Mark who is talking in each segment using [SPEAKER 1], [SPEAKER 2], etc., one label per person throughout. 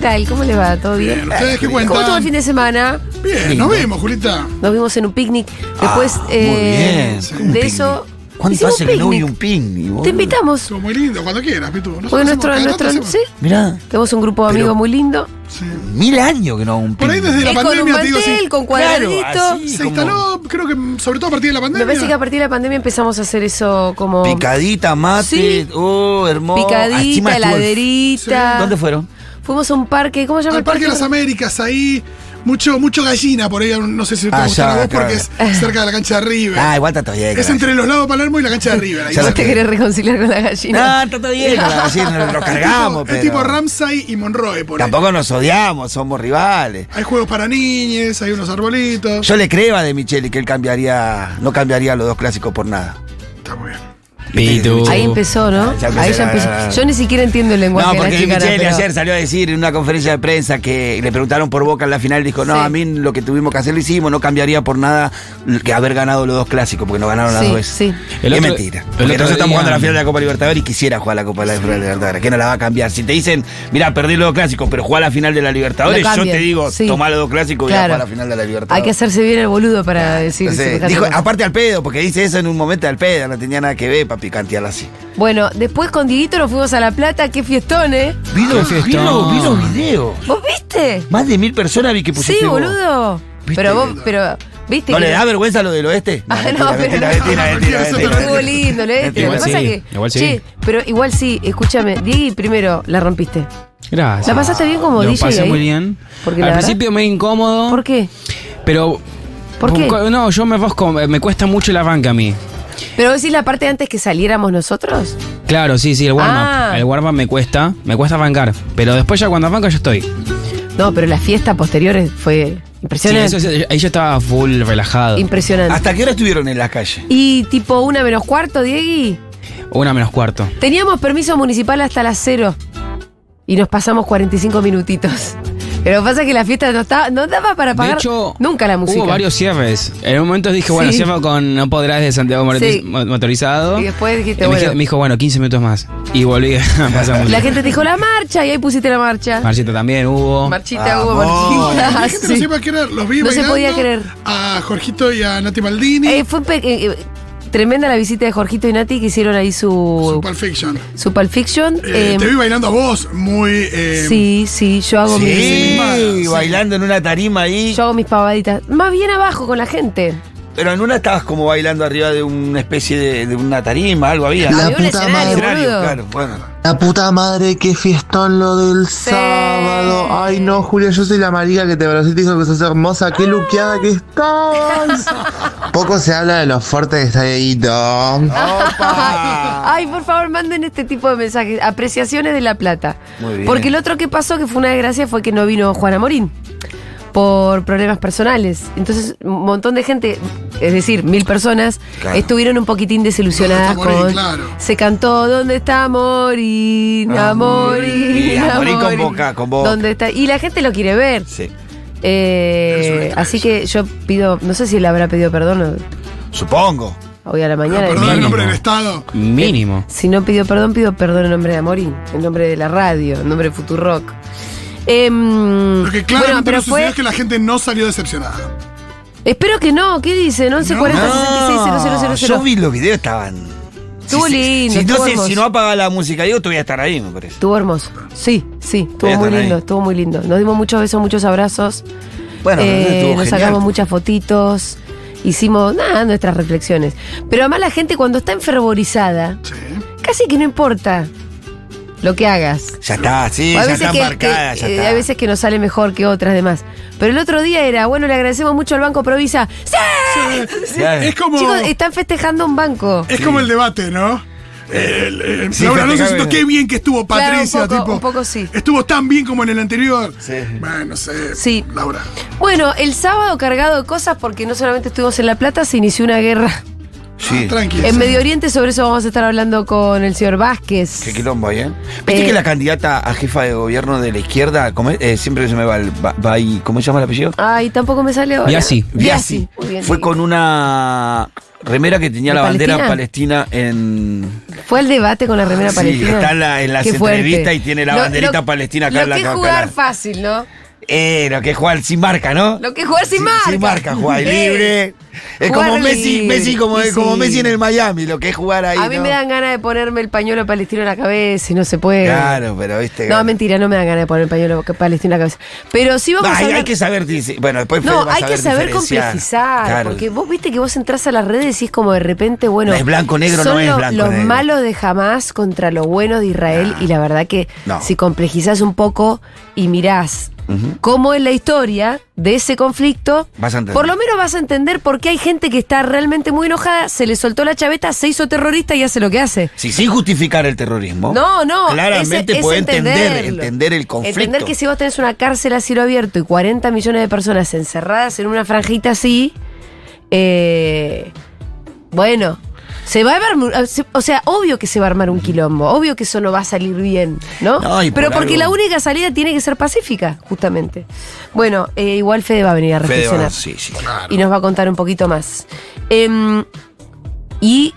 [SPEAKER 1] tal? ¿Cómo le va? ¿Todo bien?
[SPEAKER 2] ¿Ustedes qué
[SPEAKER 1] ¿Cómo estuvo el
[SPEAKER 2] cuentan?
[SPEAKER 1] fin de semana?
[SPEAKER 2] Bien, nos vimos, Julita.
[SPEAKER 1] Nos vimos en un picnic. Después eh,
[SPEAKER 3] muy Ah, bien.
[SPEAKER 1] de
[SPEAKER 3] Un
[SPEAKER 1] eso.
[SPEAKER 3] ¿Cuánto
[SPEAKER 1] hicimos
[SPEAKER 3] hace que no
[SPEAKER 1] picnic.
[SPEAKER 3] hubo un picnic? boludo?
[SPEAKER 1] Te invitamos.
[SPEAKER 2] Estuvo muy lindo, cuando quieras, Pitu. Nosotros
[SPEAKER 1] Porque
[SPEAKER 2] hacemos
[SPEAKER 1] nuestro,
[SPEAKER 2] cada
[SPEAKER 1] nuestro,
[SPEAKER 2] tanto
[SPEAKER 1] sí,
[SPEAKER 2] hacemos.
[SPEAKER 3] Mirá,
[SPEAKER 1] tenemos un grupo de amigos
[SPEAKER 3] Pero-
[SPEAKER 1] muy lindo.
[SPEAKER 2] Sí.
[SPEAKER 3] mil años que no hubo un
[SPEAKER 2] Por ahí
[SPEAKER 3] picnic.
[SPEAKER 2] desde la
[SPEAKER 1] Es con un
[SPEAKER 2] pandemia, te digo,
[SPEAKER 1] mantel,
[SPEAKER 2] se,
[SPEAKER 1] con cuadradito.
[SPEAKER 3] Claro, así.
[SPEAKER 2] se
[SPEAKER 3] como-
[SPEAKER 2] instaló, creo que sobre todo a partir de la
[SPEAKER 1] Me
[SPEAKER 2] pandemia.
[SPEAKER 1] parece que a partir de la pandemia empezamos a hacer eso como
[SPEAKER 3] Picadita, mate.
[SPEAKER 1] Sí.
[SPEAKER 3] Oh, hermoso. Encima
[SPEAKER 1] picadita,
[SPEAKER 3] estuvo el-
[SPEAKER 1] heladerita.
[SPEAKER 3] ¿Dónde fueron?
[SPEAKER 1] Fuimos a un parque, ¿cómo se llama
[SPEAKER 2] Al
[SPEAKER 1] el
[SPEAKER 2] Parque de las Américas, ahí, mucho, mucho gallina por ahí, no sé si te
[SPEAKER 3] Ah,
[SPEAKER 2] gustará a
[SPEAKER 3] ya,
[SPEAKER 2] vos
[SPEAKER 3] claro.
[SPEAKER 2] porque es cerca de la cancha de River.
[SPEAKER 3] Ah, igual está todo bien.
[SPEAKER 2] es
[SPEAKER 3] claro.
[SPEAKER 2] entre los lados de Palermo y la cancha de River. ahí
[SPEAKER 3] Ya Ah,
[SPEAKER 1] ¿Vos
[SPEAKER 2] cerca.
[SPEAKER 3] lo
[SPEAKER 1] te
[SPEAKER 3] que-
[SPEAKER 1] querés reconciliar con la
[SPEAKER 3] No,
[SPEAKER 1] gallina?
[SPEAKER 3] está todo bien. claro, así nos lo cargamos,
[SPEAKER 2] es tipo, es
[SPEAKER 3] pero.
[SPEAKER 2] tipo Ramsay y Monroe por ahí.
[SPEAKER 3] Tampoco nos odiamos, somos rivales.
[SPEAKER 2] Hay juegos para niñes, hay unos arbolitos.
[SPEAKER 3] Yo le creo a De Micheli que él cambiaría, no cambiaría los dos clásicos por nada.
[SPEAKER 2] Está muy bien.
[SPEAKER 4] Pitu.
[SPEAKER 1] Ahí empezó, ¿no?
[SPEAKER 3] Ya empezó,
[SPEAKER 1] Ahí ya
[SPEAKER 3] no,
[SPEAKER 1] empezó.
[SPEAKER 3] no, no.
[SPEAKER 1] Yo ni siquiera entiendo el lenguaje
[SPEAKER 3] No,
[SPEAKER 1] de la
[SPEAKER 3] porque
[SPEAKER 1] chicana,
[SPEAKER 3] Michelle
[SPEAKER 1] pero-
[SPEAKER 3] ayer salió a decir en una conferencia de prensa que le preguntaron por Boca en la final, dijo, no,
[SPEAKER 1] Sí.
[SPEAKER 3] a mí lo que tuvimos que hacer lo hicimos, no cambiaría por nada que haber ganado los dos clásicos, porque nos ganaron las
[SPEAKER 1] Sí,
[SPEAKER 3] dos veces.
[SPEAKER 1] sí.
[SPEAKER 3] Y
[SPEAKER 4] El
[SPEAKER 3] es
[SPEAKER 4] otro-
[SPEAKER 3] mentira.
[SPEAKER 4] el
[SPEAKER 3] Porque
[SPEAKER 4] otro
[SPEAKER 3] nosotros estamos
[SPEAKER 4] día-
[SPEAKER 3] jugando la final de la Copa Libertadores y quisiera jugar la Copa de la Copa Libertadores, que no la va a cambiar. Si te dicen, mira, perdí los dos clásicos, pero jugar la final de la Libertadores,
[SPEAKER 1] Lo
[SPEAKER 3] yo
[SPEAKER 1] cambian,
[SPEAKER 3] te digo,
[SPEAKER 1] sí.
[SPEAKER 3] tomá los dos clásicos y
[SPEAKER 1] Claro.
[SPEAKER 3] a jugar la final de la Libertadores.
[SPEAKER 1] Hay que hacerse bien el boludo para decir
[SPEAKER 3] Entonces,
[SPEAKER 1] semejante
[SPEAKER 3] dijo,
[SPEAKER 1] cosa.
[SPEAKER 3] aparte al pedo, porque dice eso en un momento al pedo, no tenía nada que ver para picantearla así.
[SPEAKER 1] Bueno, después con Dieguito nos fuimos a La Plata, qué fiestón, ¿eh?
[SPEAKER 3] Vi los,
[SPEAKER 4] fiestón.
[SPEAKER 3] vi los- vi los videos.
[SPEAKER 1] ¿Vos viste?
[SPEAKER 3] Más de mil personas vi que pusiste
[SPEAKER 1] Sí,
[SPEAKER 3] vos.
[SPEAKER 1] boludo.
[SPEAKER 3] ¿Viste?
[SPEAKER 1] Pero vos, pero, ¿viste?
[SPEAKER 3] ¿No
[SPEAKER 1] que-
[SPEAKER 3] le da vergüenza lo del oeste?
[SPEAKER 1] Ah, no, pero no.
[SPEAKER 2] mentira,
[SPEAKER 1] Eso
[SPEAKER 2] mentira,
[SPEAKER 1] estuvo
[SPEAKER 2] mentira.
[SPEAKER 1] lindo, ¿eh?
[SPEAKER 3] Mentira,
[SPEAKER 1] Lo que pasa
[SPEAKER 4] sí,
[SPEAKER 1] que-
[SPEAKER 4] igual sí.
[SPEAKER 1] Che, pero igual sí, escúchame. Diego, primero, la rompiste.
[SPEAKER 4] Gracias.
[SPEAKER 1] ¿La pasaste bien como
[SPEAKER 4] Lo
[SPEAKER 1] DJ
[SPEAKER 4] pasé
[SPEAKER 1] ahí?
[SPEAKER 4] muy bien.
[SPEAKER 1] Porque la
[SPEAKER 4] Al
[SPEAKER 1] verdad-
[SPEAKER 4] principio me incómodo.
[SPEAKER 1] ¿Por qué?
[SPEAKER 4] Pero.
[SPEAKER 1] ¿Por qué?
[SPEAKER 4] Porque- No, yo me busco, me cuesta mucho el arranque a mí.
[SPEAKER 1] ¿Pero vos decís la parte antes que saliéramos nosotros?
[SPEAKER 4] Claro, sí, sí, el warm-up.
[SPEAKER 1] Ah.
[SPEAKER 4] El warm-up me cuesta, me cuesta arrancar. Pero después ya cuando arranco ya estoy.
[SPEAKER 1] No, pero la fiesta posterior fue
[SPEAKER 4] Sí,
[SPEAKER 1] impresionante.
[SPEAKER 4] eso sí, ahí yo estaba full relajado.
[SPEAKER 1] Impresionante.
[SPEAKER 3] ¿Hasta qué hora estuvieron en la calle?
[SPEAKER 1] Y tipo una menos cuarto, Diegui.
[SPEAKER 4] Una menos cuarto.
[SPEAKER 1] Teníamos permiso municipal hasta las cero. Y nos pasamos 45 minutitos. Pero lo que pasa es que la fiesta no, estaba, no daba para
[SPEAKER 4] De
[SPEAKER 1] pagar
[SPEAKER 4] hecho,
[SPEAKER 1] nunca la música.
[SPEAKER 4] Hubo varios cierres. En un momento dije, bueno,
[SPEAKER 1] Sí.
[SPEAKER 4] cierro con No Podrás de Santiago Moreti-
[SPEAKER 1] Sí.
[SPEAKER 4] mo- Motorizado.
[SPEAKER 1] Y después dijiste,
[SPEAKER 4] Y me,
[SPEAKER 1] bueno.
[SPEAKER 4] dije- me dijo, bueno, 15 minutos más. Y volví a pasar mucho.
[SPEAKER 1] La gente te dijo la marcha y ahí pusiste la marcha.
[SPEAKER 4] Marchita también hubo.
[SPEAKER 1] Marchita
[SPEAKER 3] Vamos.
[SPEAKER 1] hubo,
[SPEAKER 2] La
[SPEAKER 1] Marchita.
[SPEAKER 2] gente no
[SPEAKER 1] Ah, sí.
[SPEAKER 2] se iba a querer, los vi
[SPEAKER 1] No se
[SPEAKER 2] bailando
[SPEAKER 1] podía creer.
[SPEAKER 2] A Jorgito y a Nati Maldini.
[SPEAKER 1] Eh, fue pe- eh, eh, tremenda la visita de Jorgito y Nati que hicieron ahí su,
[SPEAKER 2] su Pulp Fiction.
[SPEAKER 1] su Pulp Fiction.
[SPEAKER 2] Eh,
[SPEAKER 1] Eh,
[SPEAKER 2] te vi bailando a vos, muy. eh,
[SPEAKER 1] sí, sí, yo hago,
[SPEAKER 3] Sí,
[SPEAKER 2] sí.
[SPEAKER 3] bailando en una tarima ahí.
[SPEAKER 1] mis, yo hago mis pavaditas. Más bien abajo con la gente.
[SPEAKER 3] Pero en una estabas como bailando arriba de una especie de, de una tarima, algo había.
[SPEAKER 5] La
[SPEAKER 1] Había un
[SPEAKER 5] puta
[SPEAKER 1] escenario,
[SPEAKER 5] madre.
[SPEAKER 1] boludo.
[SPEAKER 3] Escenario, claro, bueno.
[SPEAKER 5] La puta madre, qué fiestón lo del sábado. Ay, no, Julia, yo soy la marica que te abrazó y te dijo que sos hermosa.
[SPEAKER 1] Ah.
[SPEAKER 5] Qué luqueada que estás. Poco se habla de lo fuerte que está Dieguito.
[SPEAKER 3] ¡Opa!
[SPEAKER 1] Ay, por favor, manden este tipo de mensajes. Apreciaciones de La Plata.
[SPEAKER 3] Muy bien.
[SPEAKER 1] Porque el otro que pasó, que fue una desgracia, fue que no vino Juana Morín por problemas personales. Entonces, un montón de gente, es decir, mil personas,
[SPEAKER 3] Claro.
[SPEAKER 1] estuvieron un poquitín desilusionadas
[SPEAKER 2] ¿Dónde está
[SPEAKER 1] con...
[SPEAKER 2] Morín? Claro.
[SPEAKER 1] Se cantó, ¿dónde está Morín? A
[SPEAKER 3] Ah,
[SPEAKER 1] Morín,
[SPEAKER 3] Morín.
[SPEAKER 1] a
[SPEAKER 3] A Morín con
[SPEAKER 1] Morín".
[SPEAKER 3] Boca, con Boca.
[SPEAKER 1] ¿Dónde está? Y la gente lo quiere ver.
[SPEAKER 3] Sí.
[SPEAKER 1] Eh,
[SPEAKER 2] Es una estrella.
[SPEAKER 1] así que yo pido, no sé si le habrá pedido perdón
[SPEAKER 3] Supongo.
[SPEAKER 1] hoy a la
[SPEAKER 2] No,
[SPEAKER 1] mañana.
[SPEAKER 2] ah, perdón, el
[SPEAKER 4] mínimo.
[SPEAKER 2] nombre del Estado.
[SPEAKER 4] Mínimo.
[SPEAKER 1] Si no pidió perdón, pido perdón en nombre de Amorín, en nombre de la radio, en nombre de Futurock. Em,
[SPEAKER 2] Lo que
[SPEAKER 1] bueno,
[SPEAKER 2] claramente
[SPEAKER 1] pero
[SPEAKER 2] no sucedió
[SPEAKER 1] fue.
[SPEAKER 2] es que la gente no salió decepcionada.
[SPEAKER 1] Espero que no, ¿qué dicen? 1140 66
[SPEAKER 3] Ah, yo
[SPEAKER 1] 0000.
[SPEAKER 3] vi los videos, estaban.
[SPEAKER 1] Estuvo
[SPEAKER 3] Si-
[SPEAKER 1] lindo,
[SPEAKER 3] Si, si no,
[SPEAKER 1] estuvo
[SPEAKER 3] se-
[SPEAKER 1] hermoso.
[SPEAKER 3] si no apaga la música, digo, tú voy a estar ahí, me parece.
[SPEAKER 1] Estuvo hermoso. Sí, sí, estuvo
[SPEAKER 3] Voy a
[SPEAKER 1] muy
[SPEAKER 3] estar
[SPEAKER 1] lindo,
[SPEAKER 3] ahí.
[SPEAKER 1] estuvo muy lindo. Nos dimos muchos besos, muchos abrazos.
[SPEAKER 3] Bueno,
[SPEAKER 1] Eh,
[SPEAKER 3] pero estuvo
[SPEAKER 1] nos
[SPEAKER 3] genial.
[SPEAKER 1] sacamos muchas fotitos. Hicimos nada, nuestras reflexiones. Pero además la gente cuando está enfervorizada,
[SPEAKER 2] Sí.
[SPEAKER 1] casi que no importa lo que hagas.
[SPEAKER 3] Ya está, sí,
[SPEAKER 1] O hay
[SPEAKER 3] ya
[SPEAKER 1] veces
[SPEAKER 3] está
[SPEAKER 1] que-
[SPEAKER 3] marcada,
[SPEAKER 1] que,
[SPEAKER 3] ya
[SPEAKER 1] eh,
[SPEAKER 3] está.
[SPEAKER 1] hay veces que nos sale mejor que otras demás. Pero el otro día era, bueno, le agradecemos mucho al Banco Provisa. ¡Sí!
[SPEAKER 3] Claro.
[SPEAKER 2] Es como.
[SPEAKER 1] Chicos, eh, están festejando un
[SPEAKER 3] Eh,
[SPEAKER 1] banco.
[SPEAKER 2] Es como el debate, ¿no? Eh, El, el-
[SPEAKER 3] Sí,
[SPEAKER 2] Laura Alonso
[SPEAKER 3] festejaba-
[SPEAKER 2] diciendo qué bien que estuvo
[SPEAKER 1] Claro,
[SPEAKER 2] Patricia,
[SPEAKER 1] un poco-
[SPEAKER 2] tipo.
[SPEAKER 1] un poco sí.
[SPEAKER 2] Estuvo tan bien como en el anterior.
[SPEAKER 3] Sí.
[SPEAKER 2] Bueno, no sé.
[SPEAKER 1] Sí.
[SPEAKER 2] Laura.
[SPEAKER 1] Bueno, el sábado cargado de cosas porque no solamente estuvimos en La Plata, se inició una guerra
[SPEAKER 3] Sí.
[SPEAKER 2] Ah, Tranqui.
[SPEAKER 1] En Medio Oriente sobre eso vamos a estar hablando con el señor Vázquez.
[SPEAKER 3] Qué quilombo ahí, ¿eh? Viste
[SPEAKER 1] Eh.
[SPEAKER 3] que la candidata a jefa de gobierno de la izquierda, ¿cómo es? Eh, siempre se me va el. va- va y- ¿Cómo se llama el apellido?
[SPEAKER 1] Ay, tampoco me sale ahora.
[SPEAKER 4] Biasi.
[SPEAKER 1] Biasi. Muy bien,
[SPEAKER 3] Fue
[SPEAKER 1] sí.
[SPEAKER 3] con una remera que tenía
[SPEAKER 1] ¿De
[SPEAKER 3] la bandera
[SPEAKER 1] Palestina?
[SPEAKER 3] palestina en.
[SPEAKER 1] Fue el debate con la remera
[SPEAKER 3] Sí,
[SPEAKER 1] palestina.
[SPEAKER 3] está en la- en las
[SPEAKER 1] Qué fuerte.
[SPEAKER 3] entrevistas y tiene la banderita palestina acá
[SPEAKER 1] Lo
[SPEAKER 3] en la
[SPEAKER 1] que es
[SPEAKER 3] acá-
[SPEAKER 1] jugar
[SPEAKER 3] acá.
[SPEAKER 1] fácil, ¿no?
[SPEAKER 3] Eh, lo que es jugar sin marca, ¿no?
[SPEAKER 1] Lo que es jugar sin
[SPEAKER 3] Sí,
[SPEAKER 1] marca.
[SPEAKER 3] Sin marca, jugar
[SPEAKER 1] Eh,
[SPEAKER 3] libre. Es
[SPEAKER 1] jugar
[SPEAKER 3] como Messi,
[SPEAKER 1] libre,
[SPEAKER 3] Messi como,
[SPEAKER 1] y
[SPEAKER 3] como
[SPEAKER 1] sí.
[SPEAKER 3] Messi en el Miami, lo que es jugar ahí.
[SPEAKER 1] A mí
[SPEAKER 3] ¿no?
[SPEAKER 1] me dan ganas de ponerme el pañuelo palestino en la cabeza y no se puede.
[SPEAKER 3] Claro, pero viste.
[SPEAKER 1] No,
[SPEAKER 3] claro.
[SPEAKER 1] mentira, no me dan ganas de poner el pañuelo palestino en la cabeza. Pero sí vamos
[SPEAKER 3] No,
[SPEAKER 1] a
[SPEAKER 3] hay,
[SPEAKER 1] hablar-
[SPEAKER 3] hay que saber. dice- Bueno, después Fede
[SPEAKER 1] No,
[SPEAKER 3] va a
[SPEAKER 1] hay que saber
[SPEAKER 3] diferenciar.
[SPEAKER 1] complejizar,
[SPEAKER 3] Claro.
[SPEAKER 1] porque vos viste que vos entras a las redes y es como de repente, bueno,
[SPEAKER 3] No es blanco, negro,
[SPEAKER 1] son
[SPEAKER 3] no es
[SPEAKER 1] lo-
[SPEAKER 3] blanco,
[SPEAKER 1] los
[SPEAKER 3] negro.
[SPEAKER 1] malos de Hamas contra los buenos de Israel y la verdad que
[SPEAKER 3] No.
[SPEAKER 1] si complejizás un poco y mirás cómo es la historia de ese conflicto,
[SPEAKER 3] Vas a entender.
[SPEAKER 1] por lo menos vas a entender por qué hay gente que está realmente muy enojada, se le soltó la chaveta, se hizo terrorista y hace lo que hace.
[SPEAKER 3] Sí, sin justificar el terrorismo.
[SPEAKER 1] No, no.
[SPEAKER 3] Claramente
[SPEAKER 1] ese- es
[SPEAKER 3] puede entender,
[SPEAKER 1] entenderlo.
[SPEAKER 3] entender el conflicto.
[SPEAKER 1] Entender que si vos tenés una cárcel a cielo abierto y 40 millones de personas encerradas en una franjita así, eh, bueno, se va a armar, se- o sea, obvio que se va a armar un quilombo, obvio que eso no va a salir bien, ¿no?
[SPEAKER 3] No, y por
[SPEAKER 1] Pero porque
[SPEAKER 3] algo-
[SPEAKER 1] la única salida tiene que ser pacífica, justamente. Bueno, eh, igual Fede va a venir a
[SPEAKER 3] Fede
[SPEAKER 1] reflexionar
[SPEAKER 3] va- sí, sí.
[SPEAKER 2] Ah,
[SPEAKER 1] y nos va a contar un poquito más. Em, y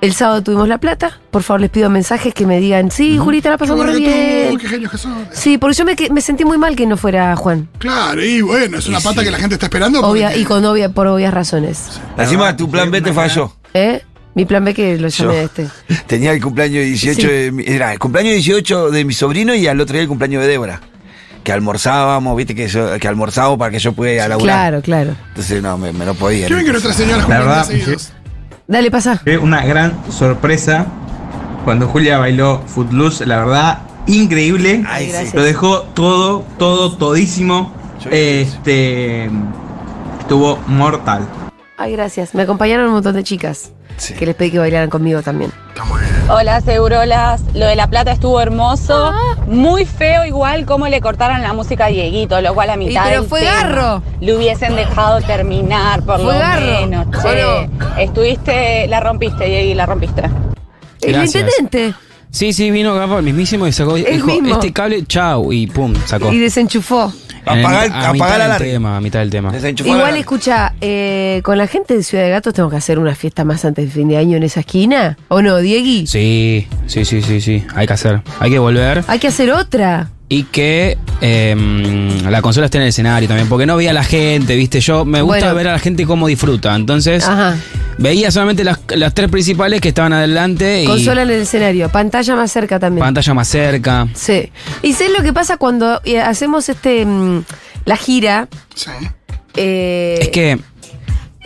[SPEAKER 1] el sábado tuvimos La Plata. Por favor, les pido mensajes que me digan, sí, Julita, la
[SPEAKER 2] Qué
[SPEAKER 1] pasamos
[SPEAKER 2] bueno
[SPEAKER 1] re
[SPEAKER 2] que
[SPEAKER 1] bien.
[SPEAKER 2] tú, qué genios que son.
[SPEAKER 1] Sí, porque yo me, que- me sentí muy mal que no fuera Juan.
[SPEAKER 2] Claro, y bueno, es una
[SPEAKER 3] Y
[SPEAKER 2] pata
[SPEAKER 3] sí.
[SPEAKER 2] que la gente está esperando.
[SPEAKER 1] Obvia,
[SPEAKER 2] porque-
[SPEAKER 1] y con obvia, por obvias razones.
[SPEAKER 3] Encima tu plan B te falló.
[SPEAKER 1] ¿Eh? Mi plan B que lo llamé
[SPEAKER 3] Yo.
[SPEAKER 1] a este.
[SPEAKER 3] Tenía el cumpleaños 18
[SPEAKER 1] Sí.
[SPEAKER 3] de mi, era el cumpleaños 18 de mi sobrino y al otro día el cumpleaños de Débora. Que almorzábamos, viste, que yo, que almorzábamos para que yo pudiera ir a laburar.
[SPEAKER 1] Claro, claro.
[SPEAKER 3] Entonces no, me, me no podía.
[SPEAKER 2] Qué bien que nuestra señora
[SPEAKER 6] La
[SPEAKER 2] cumplen
[SPEAKER 6] verdad,
[SPEAKER 2] días seguidos.
[SPEAKER 1] Dale, pasa.
[SPEAKER 6] Fue una gran sorpresa cuando Julia bailó Footloose, la verdad, increíble.
[SPEAKER 3] Ay, sí.
[SPEAKER 1] Gracias.
[SPEAKER 6] Lo dejó todo, todo, todísimo.
[SPEAKER 3] Yo vi eso.
[SPEAKER 6] Este estuvo mortal.
[SPEAKER 1] Ay, gracias. Me acompañaron un montón de chicas
[SPEAKER 3] Sí.
[SPEAKER 1] que les pedí que bailaran conmigo también.
[SPEAKER 7] Hola, Segurolas. Lo de La Plata estuvo hermoso.
[SPEAKER 1] Ah.
[SPEAKER 7] Muy feo igual como le cortaron la música a Dieguito, lo cual a mitad
[SPEAKER 1] pero
[SPEAKER 7] del
[SPEAKER 1] fue
[SPEAKER 7] tema
[SPEAKER 1] garro.
[SPEAKER 7] Le hubiesen dejado terminar, por
[SPEAKER 1] Fue
[SPEAKER 7] lo
[SPEAKER 1] garro.
[SPEAKER 7] menos. Che,
[SPEAKER 1] ¿O
[SPEAKER 7] estuviste, la rompiste, Diegui, la rompiste.
[SPEAKER 1] El
[SPEAKER 4] Gracias.
[SPEAKER 1] intendente.
[SPEAKER 4] Sí, sí, vino capaz el mismísimo y sacó.
[SPEAKER 1] El
[SPEAKER 4] dijo,
[SPEAKER 1] mismo.
[SPEAKER 4] este cable, chau, y pum, sacó.
[SPEAKER 1] Y desenchufó.
[SPEAKER 4] En el-
[SPEAKER 3] Apagar-
[SPEAKER 4] a
[SPEAKER 3] apagar
[SPEAKER 4] mitad
[SPEAKER 3] la
[SPEAKER 4] del
[SPEAKER 3] larga.
[SPEAKER 4] tema, a mitad del tema.
[SPEAKER 3] Desenchufó
[SPEAKER 1] Igual
[SPEAKER 3] la-
[SPEAKER 1] escucha, eh, con la gente de Ciudad de Gatos tengo que hacer una fiesta más antes del fin de año en esa esquina. ¿O no, Diegui?
[SPEAKER 4] Sí, sí, sí, sí, sí. Hay que hacer. Hay que volver.
[SPEAKER 1] Hay que hacer otra.
[SPEAKER 4] Y que em, la consola esté en el escenario también. Porque no veía a la gente, ¿viste? Yo me gusta
[SPEAKER 1] Bueno.
[SPEAKER 4] ver a la gente cómo disfruta. Entonces,
[SPEAKER 1] Ajá.
[SPEAKER 4] veía solamente las, las tres principales que estaban adelante y
[SPEAKER 1] Consola en el escenario, pantalla más cerca también.
[SPEAKER 4] pantalla más cerca.
[SPEAKER 1] Sí. ¿Y sé lo que pasa cuando eh, hacemos este mm, la gira?
[SPEAKER 2] Sí.
[SPEAKER 1] eh,
[SPEAKER 4] es que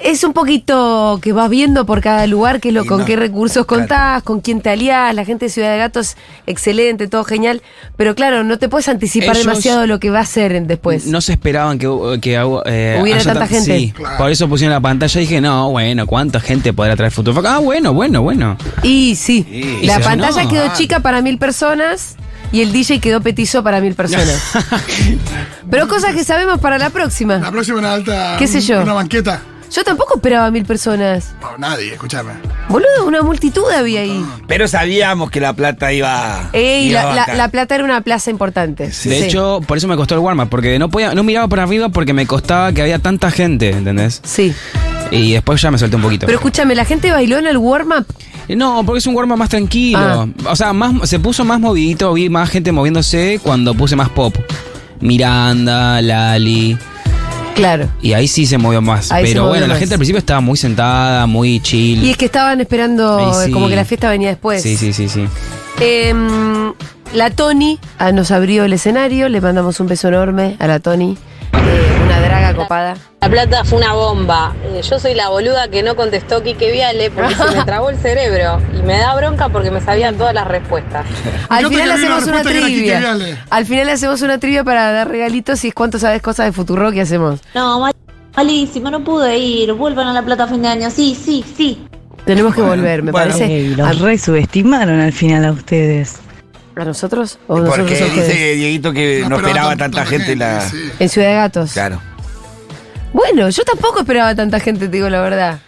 [SPEAKER 1] es un poquito que vas viendo por cada lugar qué es lo,
[SPEAKER 3] Y
[SPEAKER 1] con
[SPEAKER 3] no.
[SPEAKER 1] qué recursos
[SPEAKER 3] Claro.
[SPEAKER 1] contás, con quién te aliás, la gente de Ciudad de Gatos, excelente, todo genial. Pero claro, no te puedes anticipar
[SPEAKER 4] Ellos
[SPEAKER 1] demasiado lo que va a ser en- después.
[SPEAKER 4] no se esperaban que, que eh,
[SPEAKER 1] pues. Hubiera
[SPEAKER 4] haya
[SPEAKER 1] tanta
[SPEAKER 4] tan-
[SPEAKER 1] gente.
[SPEAKER 4] Sí,
[SPEAKER 2] Claro.
[SPEAKER 4] por eso pusieron la pantalla y dije, no, bueno, ¿cuánta gente podrá traer Futuro? Ah, bueno, bueno, bueno.
[SPEAKER 1] Y sí,
[SPEAKER 3] Y
[SPEAKER 1] la
[SPEAKER 4] se Ah.
[SPEAKER 1] pantalla
[SPEAKER 4] llenó.
[SPEAKER 1] quedó
[SPEAKER 4] Claro.
[SPEAKER 1] chica para mil personas y el DJ quedó petizo para mil personas. Pero cosas que sabemos para la
[SPEAKER 2] La
[SPEAKER 1] próxima.
[SPEAKER 2] próxima una alta.
[SPEAKER 1] ¿Qué sé yo?
[SPEAKER 2] Una banqueta.
[SPEAKER 1] Yo tampoco esperaba mil personas.
[SPEAKER 2] No, nadie, escúchame.
[SPEAKER 1] Boludo, una multitud había ahí.
[SPEAKER 3] Pero sabíamos que la plata iba.
[SPEAKER 1] Ey, la,
[SPEAKER 3] iba a
[SPEAKER 1] la-
[SPEAKER 3] bancar.
[SPEAKER 1] La Plata era una plaza importante.
[SPEAKER 4] De
[SPEAKER 1] Sí.
[SPEAKER 4] hecho, por eso me costó el warm-up, porque no podía, no miraba para arriba porque me costaba que había tanta gente, ¿entendés?
[SPEAKER 1] Sí.
[SPEAKER 4] Y después ya me solté un poquito.
[SPEAKER 1] Pero escúchame, ¿la gente bailó en el warm-up?
[SPEAKER 4] No, porque es un warm-up más tranquilo.
[SPEAKER 1] Ah.
[SPEAKER 4] O sea, más, se puso más movidito, vi más gente moviéndose cuando puse más pop. Miranda, Lali.
[SPEAKER 1] Claro.
[SPEAKER 4] Y ahí sí se movió más.
[SPEAKER 1] Ahí se
[SPEAKER 4] Pero
[SPEAKER 1] movió
[SPEAKER 4] bueno, la
[SPEAKER 1] más.
[SPEAKER 4] gente al principio estaba muy sentada, muy chill.
[SPEAKER 1] Y es que estaban esperando
[SPEAKER 4] Ahí sí.
[SPEAKER 1] eh, como que la fiesta venía después.
[SPEAKER 4] Sí, sí, sí, sí.
[SPEAKER 1] Em, la Tony ah, nos abrió el escenario, le mandamos un beso enorme a la Tony, eh, una draga copada.
[SPEAKER 8] La plata fue una bomba. Eh, Yo soy la boluda que no contestó Quique Viale porque se me trabó el cerebro. Y me da bronca porque me sabían todas las respuestas.
[SPEAKER 1] Al
[SPEAKER 2] Yo te
[SPEAKER 1] final
[SPEAKER 2] quería
[SPEAKER 1] hacemos
[SPEAKER 2] una
[SPEAKER 1] una
[SPEAKER 2] respuesta que era Quique
[SPEAKER 1] trivia.
[SPEAKER 2] Viale.
[SPEAKER 1] Al final hacemos una trivia para dar regalitos y es cuánto sabes cosas de futuro que hacemos.
[SPEAKER 9] No, mal- malísimo, no pude ir. Vuelvan a la plata a fin de año. Sí, sí, sí.
[SPEAKER 1] Tenemos que volver, me
[SPEAKER 3] bueno.
[SPEAKER 1] parece.
[SPEAKER 10] Los re subestimaron al final a ustedes.
[SPEAKER 1] ¿A, a nosotros? ¿O nosotros
[SPEAKER 3] Porque
[SPEAKER 1] a ustedes?
[SPEAKER 3] dice Dieguito que Eh, no, esperaba tanta gente la.
[SPEAKER 2] sí.
[SPEAKER 1] En Ciudad de Gatos.
[SPEAKER 3] Claro.
[SPEAKER 1] Bueno, yo tampoco esperaba tanta gente, te digo la verdad.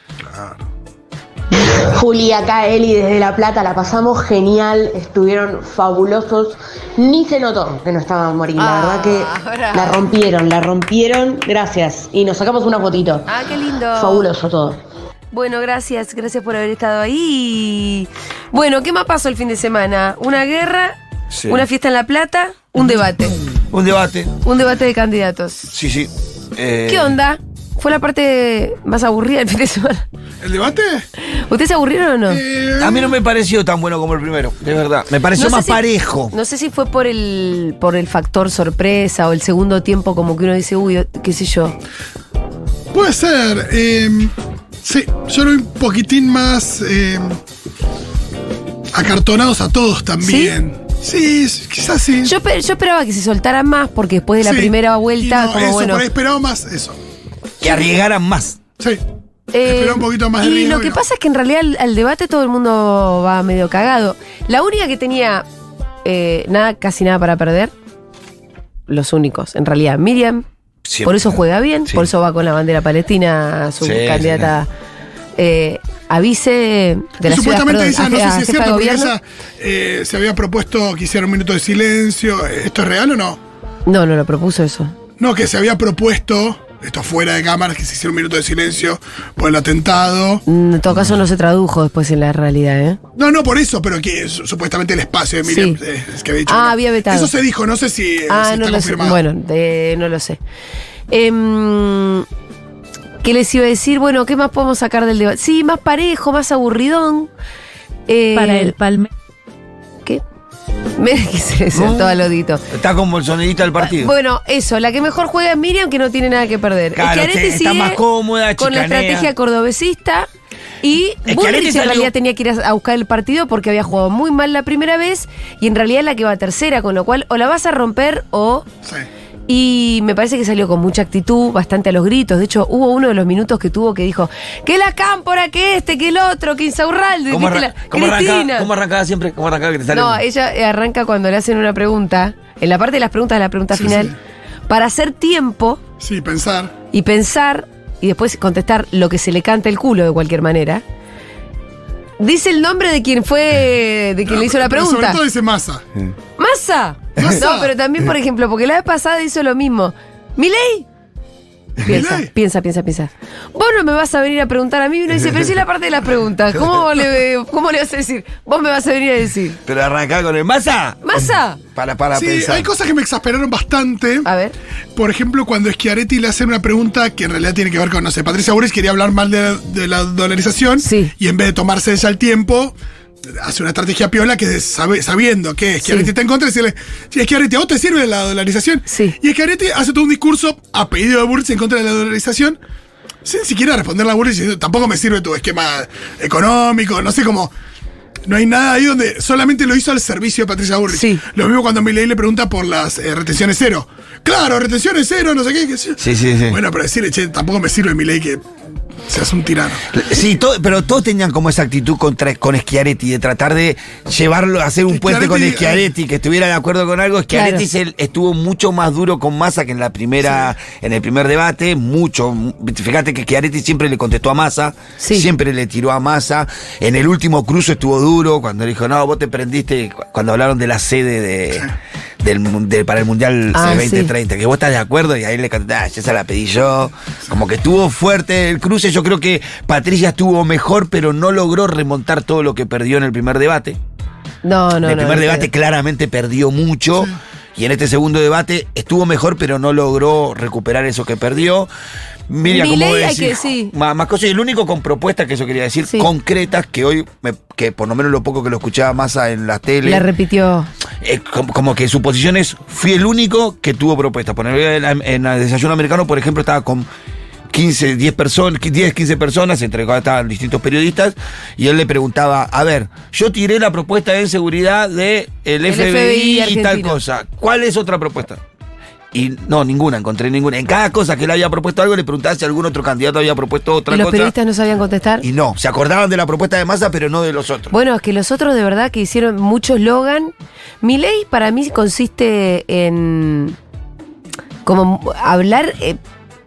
[SPEAKER 11] Juli, acá Eli desde La Plata, la pasamos genial, estuvieron fabulosos, ni se notó que no estaba Morín, la
[SPEAKER 1] Ah,
[SPEAKER 11] verdad que
[SPEAKER 1] bravo.
[SPEAKER 11] la rompieron, la rompieron, gracias, y nos sacamos una fotito.
[SPEAKER 1] Ah, qué lindo.
[SPEAKER 11] Fabuloso todo.
[SPEAKER 1] Bueno, gracias, gracias por haber estado ahí. Bueno, ¿qué más pasó el fin de semana? Una guerra,
[SPEAKER 3] Sí.
[SPEAKER 1] una fiesta en La Plata, un debate.
[SPEAKER 3] Un debate.
[SPEAKER 1] Un debate de candidatos.
[SPEAKER 3] Sí, sí. Eh,
[SPEAKER 1] ¿Qué onda? ¿Fue la parte más aburrida del fin de semana?
[SPEAKER 2] ¿El debate?
[SPEAKER 1] ¿Ustedes se aburrieron o no?
[SPEAKER 2] Eh,
[SPEAKER 3] A mí no me pareció tan bueno como el primero, de verdad. Me pareció
[SPEAKER 1] No sé
[SPEAKER 3] más
[SPEAKER 1] si-
[SPEAKER 3] parejo.
[SPEAKER 1] No sé si fue por el, por el factor sorpresa o el segundo tiempo, como que uno dice, uy, qué sé yo.
[SPEAKER 2] Puede ser. eh, sí, yo lo vi un poquitín más eh, acartonados a todos también. Sí, s- quizás sí.
[SPEAKER 1] Yo, pe- yo esperaba que se soltaran más, porque después de la
[SPEAKER 2] Sí,
[SPEAKER 1] primera
[SPEAKER 2] y
[SPEAKER 1] vuelta,
[SPEAKER 2] no,
[SPEAKER 1] como
[SPEAKER 2] eso,
[SPEAKER 1] bueno.
[SPEAKER 2] por ahí esperaba más eso.
[SPEAKER 3] Que arriesgaran más.
[SPEAKER 2] Sí.
[SPEAKER 1] Eh,
[SPEAKER 2] esperaba un poquito más de
[SPEAKER 1] Y
[SPEAKER 2] riesgo
[SPEAKER 1] lo
[SPEAKER 2] y
[SPEAKER 1] que
[SPEAKER 2] no.
[SPEAKER 1] pasa es que en realidad al, al debate todo el mundo va medio cagado. La única que tenía eh, nada, casi nada para perder, los únicos, en realidad, Miriam.
[SPEAKER 3] Siempre.
[SPEAKER 1] Por eso juega bien,
[SPEAKER 3] Sí.
[SPEAKER 1] por eso va con la bandera palestina, su
[SPEAKER 3] Sí,
[SPEAKER 1] candidata. eh, a vice de la
[SPEAKER 2] Y
[SPEAKER 1] ciudad,
[SPEAKER 2] supuestamente
[SPEAKER 1] perdón,
[SPEAKER 2] esa,
[SPEAKER 1] a-
[SPEAKER 2] no sé
[SPEAKER 1] a
[SPEAKER 2] si es
[SPEAKER 1] jefa de
[SPEAKER 2] cierto, porque
[SPEAKER 1] gobierno.
[SPEAKER 2] esa eh, se había propuesto que hiciera un minuto de silencio. ¿Esto es real o no?
[SPEAKER 1] No, no lo propuso eso.
[SPEAKER 2] No, que se había propuesto, esto fuera de cámaras, que se hiciera un minuto de silencio por el atentado.
[SPEAKER 1] Mm, En todo caso no se tradujo después en la realidad, ¿eh?
[SPEAKER 2] No, no por eso, pero que su- supuestamente el espacio de Miriam
[SPEAKER 1] Sí.
[SPEAKER 2] eh, es que había dicho.
[SPEAKER 1] Ah,
[SPEAKER 2] que no.
[SPEAKER 1] había vetado.
[SPEAKER 2] Eso se dijo, no sé si, eh,
[SPEAKER 1] Ah,
[SPEAKER 2] si
[SPEAKER 1] no lo
[SPEAKER 2] está
[SPEAKER 1] sé.
[SPEAKER 2] confirmado.
[SPEAKER 1] Bueno, de- no lo sé. Em, ¿Qué les iba a decir? Bueno, ¿qué más podemos sacar del debate? Sí, más parejo, más aburridón. Eh,
[SPEAKER 10] Para el palme.
[SPEAKER 1] ¿Qué? Me que se le soltó al odito.
[SPEAKER 3] Está como el sonidita del partido.
[SPEAKER 1] Bueno, eso, la que mejor juega es Miriam, que no tiene nada que perder.
[SPEAKER 3] Claro,
[SPEAKER 1] Schiaretti
[SPEAKER 3] te- está
[SPEAKER 1] sigue
[SPEAKER 3] más cómoda,
[SPEAKER 1] Con la
[SPEAKER 3] chicanea.
[SPEAKER 1] estrategia cordobesista. Y
[SPEAKER 3] Schiaretti
[SPEAKER 1] Bullrich en
[SPEAKER 3] salió-
[SPEAKER 1] realidad tenía que ir a a buscar el partido porque había jugado muy mal la primera vez y en realidad es la que va tercera, con lo cual o la vas a romper o
[SPEAKER 2] Sí.
[SPEAKER 1] y me parece que salió con mucha actitud, bastante a los gritos. De hecho, hubo uno de los minutos que tuvo que dijo, que la cámpora, que este, que el otro, que Insaurralde,
[SPEAKER 3] ¿Cómo,
[SPEAKER 1] ¿viste
[SPEAKER 3] arra-
[SPEAKER 1] la-
[SPEAKER 3] cómo
[SPEAKER 1] Cristina.
[SPEAKER 3] arrancaba, cómo arrancaba siempre? ¿Cómo arrancaba que te sale?
[SPEAKER 1] no,
[SPEAKER 3] un-
[SPEAKER 1] ella eh, arranca cuando le hacen una pregunta, en la parte de las preguntas de la pregunta final, para hacer tiempo
[SPEAKER 2] Sí, pensar.
[SPEAKER 1] y pensar y después contestar lo que se le canta el culo de cualquier manera. Dice el nombre de quien fue, de quien le hizo la
[SPEAKER 2] Pero
[SPEAKER 1] pregunta.
[SPEAKER 2] sobre todo dice masa.
[SPEAKER 1] ¡Masa!
[SPEAKER 2] Massa.
[SPEAKER 1] No, pero también, por ejemplo, porque la vez pasada hizo lo mismo. ¡Miley! Piensa,
[SPEAKER 2] Milei.
[SPEAKER 1] piensa, piensa, piensa. Vos no me vas a venir a preguntar a mí. Y uno dice, pero si es la parte de las preguntas. ¿Cómo vos le, cómo le vas a decir? Vos me vas a venir a decir.
[SPEAKER 3] Pero arrancaba con el masa.
[SPEAKER 1] ¡Masa!
[SPEAKER 3] Para, para
[SPEAKER 2] sí,
[SPEAKER 3] pensar.
[SPEAKER 2] hay cosas que me exasperaron bastante.
[SPEAKER 1] A ver.
[SPEAKER 2] Por ejemplo, cuando Schiaretti le hacen una pregunta que en realidad tiene que ver con, no sé, Patricia Bullrich quería hablar mal de, de la dolarización
[SPEAKER 1] Sí.
[SPEAKER 2] y en vez de tomarse ella el tiempo, hace una estrategia piola que sabe- sabiendo que Schiaretti
[SPEAKER 1] Sí.
[SPEAKER 2] está en contra, decirle, sí, Schiaretti, ¿a vos te sirve la dolarización?
[SPEAKER 1] Sí.
[SPEAKER 2] Y Schiaretti hace todo un discurso a pedido de Bullrich en contra de la dolarización. Sin siquiera responderle a Bullrich, diciendo, tampoco me sirve tu esquema económico, no sé cómo. No hay nada ahí donde solamente lo hizo al servicio de Patricia Bullrich.
[SPEAKER 1] Sí.
[SPEAKER 2] Lo mismo cuando Milei le pregunta por las eh, retenciones cero. Claro, retenciones cero, no sé qué. qué sé yo.
[SPEAKER 3] Sí, sí, sí.
[SPEAKER 2] Bueno, pero decirle, che, tampoco me sirve Milei que seas un tirano.
[SPEAKER 3] Sí, to- pero todos tenían como esa actitud contra, con Schiaretti, de tratar de llevarlo, hacer un puente con
[SPEAKER 2] Schiaretti,
[SPEAKER 3] Schiaretti, que estuviera de acuerdo con algo. Schiaretti se- estuvo mucho más duro con Massa que en la primera, en el primer debate, mucho. mu- Fíjate que Schiaretti siempre le contestó a Massa,
[SPEAKER 1] Sí.
[SPEAKER 3] siempre le tiró a Massa. En el último cruce estuvo duro, cuando le dijo, no, vos te prendiste, cu- cuando hablaron de la sede de, del, mun- de- para el Mundial
[SPEAKER 1] Ah, sí.
[SPEAKER 3] 2030, que vos estás de acuerdo, y ahí le cantaste, ah, ya se la pedí yo. Como que estuvo fuerte el cruce. Yo creo que Patricia estuvo mejor, pero no logró remontar todo lo que perdió en el primer debate.
[SPEAKER 1] No, no,
[SPEAKER 3] en el
[SPEAKER 1] no,
[SPEAKER 3] primer
[SPEAKER 1] no
[SPEAKER 3] debate
[SPEAKER 1] queda.
[SPEAKER 3] claramente perdió mucho. Y en este segundo debate estuvo mejor, pero no logró recuperar eso que perdió. Mira, como
[SPEAKER 1] Milei, hay
[SPEAKER 3] decís,
[SPEAKER 1] que- sí.
[SPEAKER 3] más, más cosas. Y el único con propuestas que yo quería decir,
[SPEAKER 1] Sí.
[SPEAKER 3] concretas, que hoy, me- que por lo menos lo poco que lo escuchaba más en la tele.
[SPEAKER 1] La repitió.
[SPEAKER 3] Eh, como, como que su posición es, fui el único que tuvo propuestas. Por ejemplo, en, en el desayuno americano, por ejemplo, estaba con 15, 10 personas, 10, 15 personas, entre las cuales estaban distintos periodistas, y él le preguntaba, a ver, yo tiré la propuesta de seguridad del el
[SPEAKER 1] El
[SPEAKER 3] FBI, y
[SPEAKER 1] FBI
[SPEAKER 3] tal
[SPEAKER 1] argentino.
[SPEAKER 3] cosa. ¿Cuál es otra propuesta? Y no, ninguna, encontré ninguna. En cada cosa que él había propuesto algo, le preguntaba si algún otro candidato había propuesto otra
[SPEAKER 1] ¿Y los
[SPEAKER 3] cosa.
[SPEAKER 1] periodistas no sabían contestar?
[SPEAKER 3] Y no, se acordaban de la propuesta de Massa, pero no de los otros.
[SPEAKER 1] Bueno, es que los otros de verdad que hicieron mucho Logan. Mi ley para mí consiste en como hablar eh,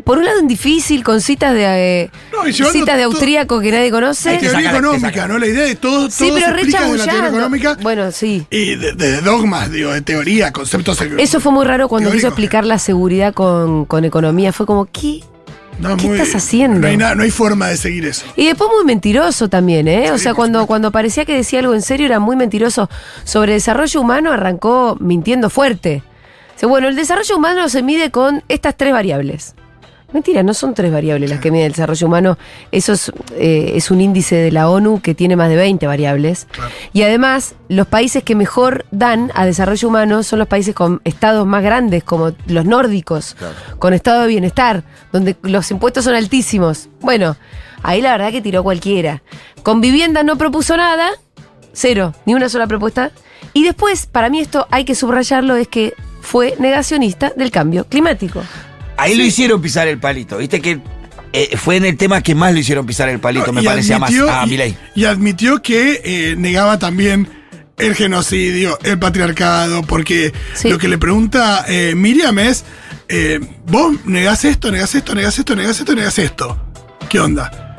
[SPEAKER 1] por un lado en difícil, con citas de, eh,
[SPEAKER 2] No, y llevando
[SPEAKER 1] citas de
[SPEAKER 2] todo-
[SPEAKER 1] austríaco que nadie conoce.
[SPEAKER 2] Hay teoría económica, ¿no? La idea de todo,
[SPEAKER 1] Sí,
[SPEAKER 2] todo
[SPEAKER 1] pero
[SPEAKER 2] se
[SPEAKER 1] re
[SPEAKER 2] explica de la teoría
[SPEAKER 1] chamullando.
[SPEAKER 2] económica.
[SPEAKER 1] Bueno, sí.
[SPEAKER 2] Y de, de dogmas, digo, de teoría, conceptos.
[SPEAKER 1] Eso fue muy raro cuando quiso
[SPEAKER 2] teóricos.
[SPEAKER 1] explicar la seguridad con, con economía. Fue como, ¿qué?
[SPEAKER 2] No,
[SPEAKER 1] ¿Qué
[SPEAKER 2] muy-
[SPEAKER 1] estás haciendo?
[SPEAKER 2] No hay, nada, no hay forma de seguir eso.
[SPEAKER 1] Y después muy mentiroso también, ¿eh? O sea, cuando, cuando parecía que decía algo en serio, era muy mentiroso. Sobre desarrollo humano arrancó mintiendo fuerte. Dice, bueno, el desarrollo humano se mide con estas tres variables. Mentira, no son tres variables las que mide el desarrollo humano. Eso es, eh, es un índice de la ONU que tiene más de 20 variables. Y además, los países que mejor dan a desarrollo humano son los países con estados más grandes, como los nórdicos, con estado de bienestar, donde los impuestos son altísimos. Bueno, ahí la verdad que tiró cualquiera. Con vivienda no propuso nada, cero, ni una sola propuesta. Y después, para mí esto hay que subrayarlo, es que fue negacionista del cambio climático.
[SPEAKER 3] Ahí lo hicieron pisar el palito, viste que eh, fue en el tema que más lo hicieron pisar el palito, me
[SPEAKER 2] Y
[SPEAKER 3] parecía más
[SPEAKER 2] admitió-
[SPEAKER 3] a
[SPEAKER 2] y-
[SPEAKER 3] Milei.
[SPEAKER 2] Y admitió que eh, negaba también el genocidio, el patriarcado, porque
[SPEAKER 1] Sí.
[SPEAKER 2] lo que le pregunta eh, Miriam es, eh, vos negás esto, negás esto, negás esto, negás esto, negás esto. ¿Qué onda?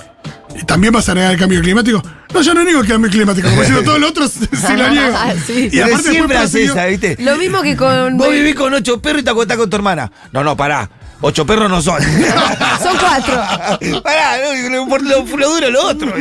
[SPEAKER 2] ¿Y también vas a negar el cambio climático? No, yo no niego el cambio climático, como diciendo todo lo otro sí lo niego.
[SPEAKER 1] Ah, Sí.
[SPEAKER 2] Y
[SPEAKER 3] Pero
[SPEAKER 2] aparte después
[SPEAKER 3] siempre hace
[SPEAKER 2] prosiguió-
[SPEAKER 3] esa, ¿viste?
[SPEAKER 1] Lo mismo que con...
[SPEAKER 3] Vos vivís con ocho perros y te acostás con tu hermana. No, no, pará. Ocho perros no son.
[SPEAKER 1] Son cuatro.
[SPEAKER 3] pará, no, lo- por lo, por lo duro lo otro.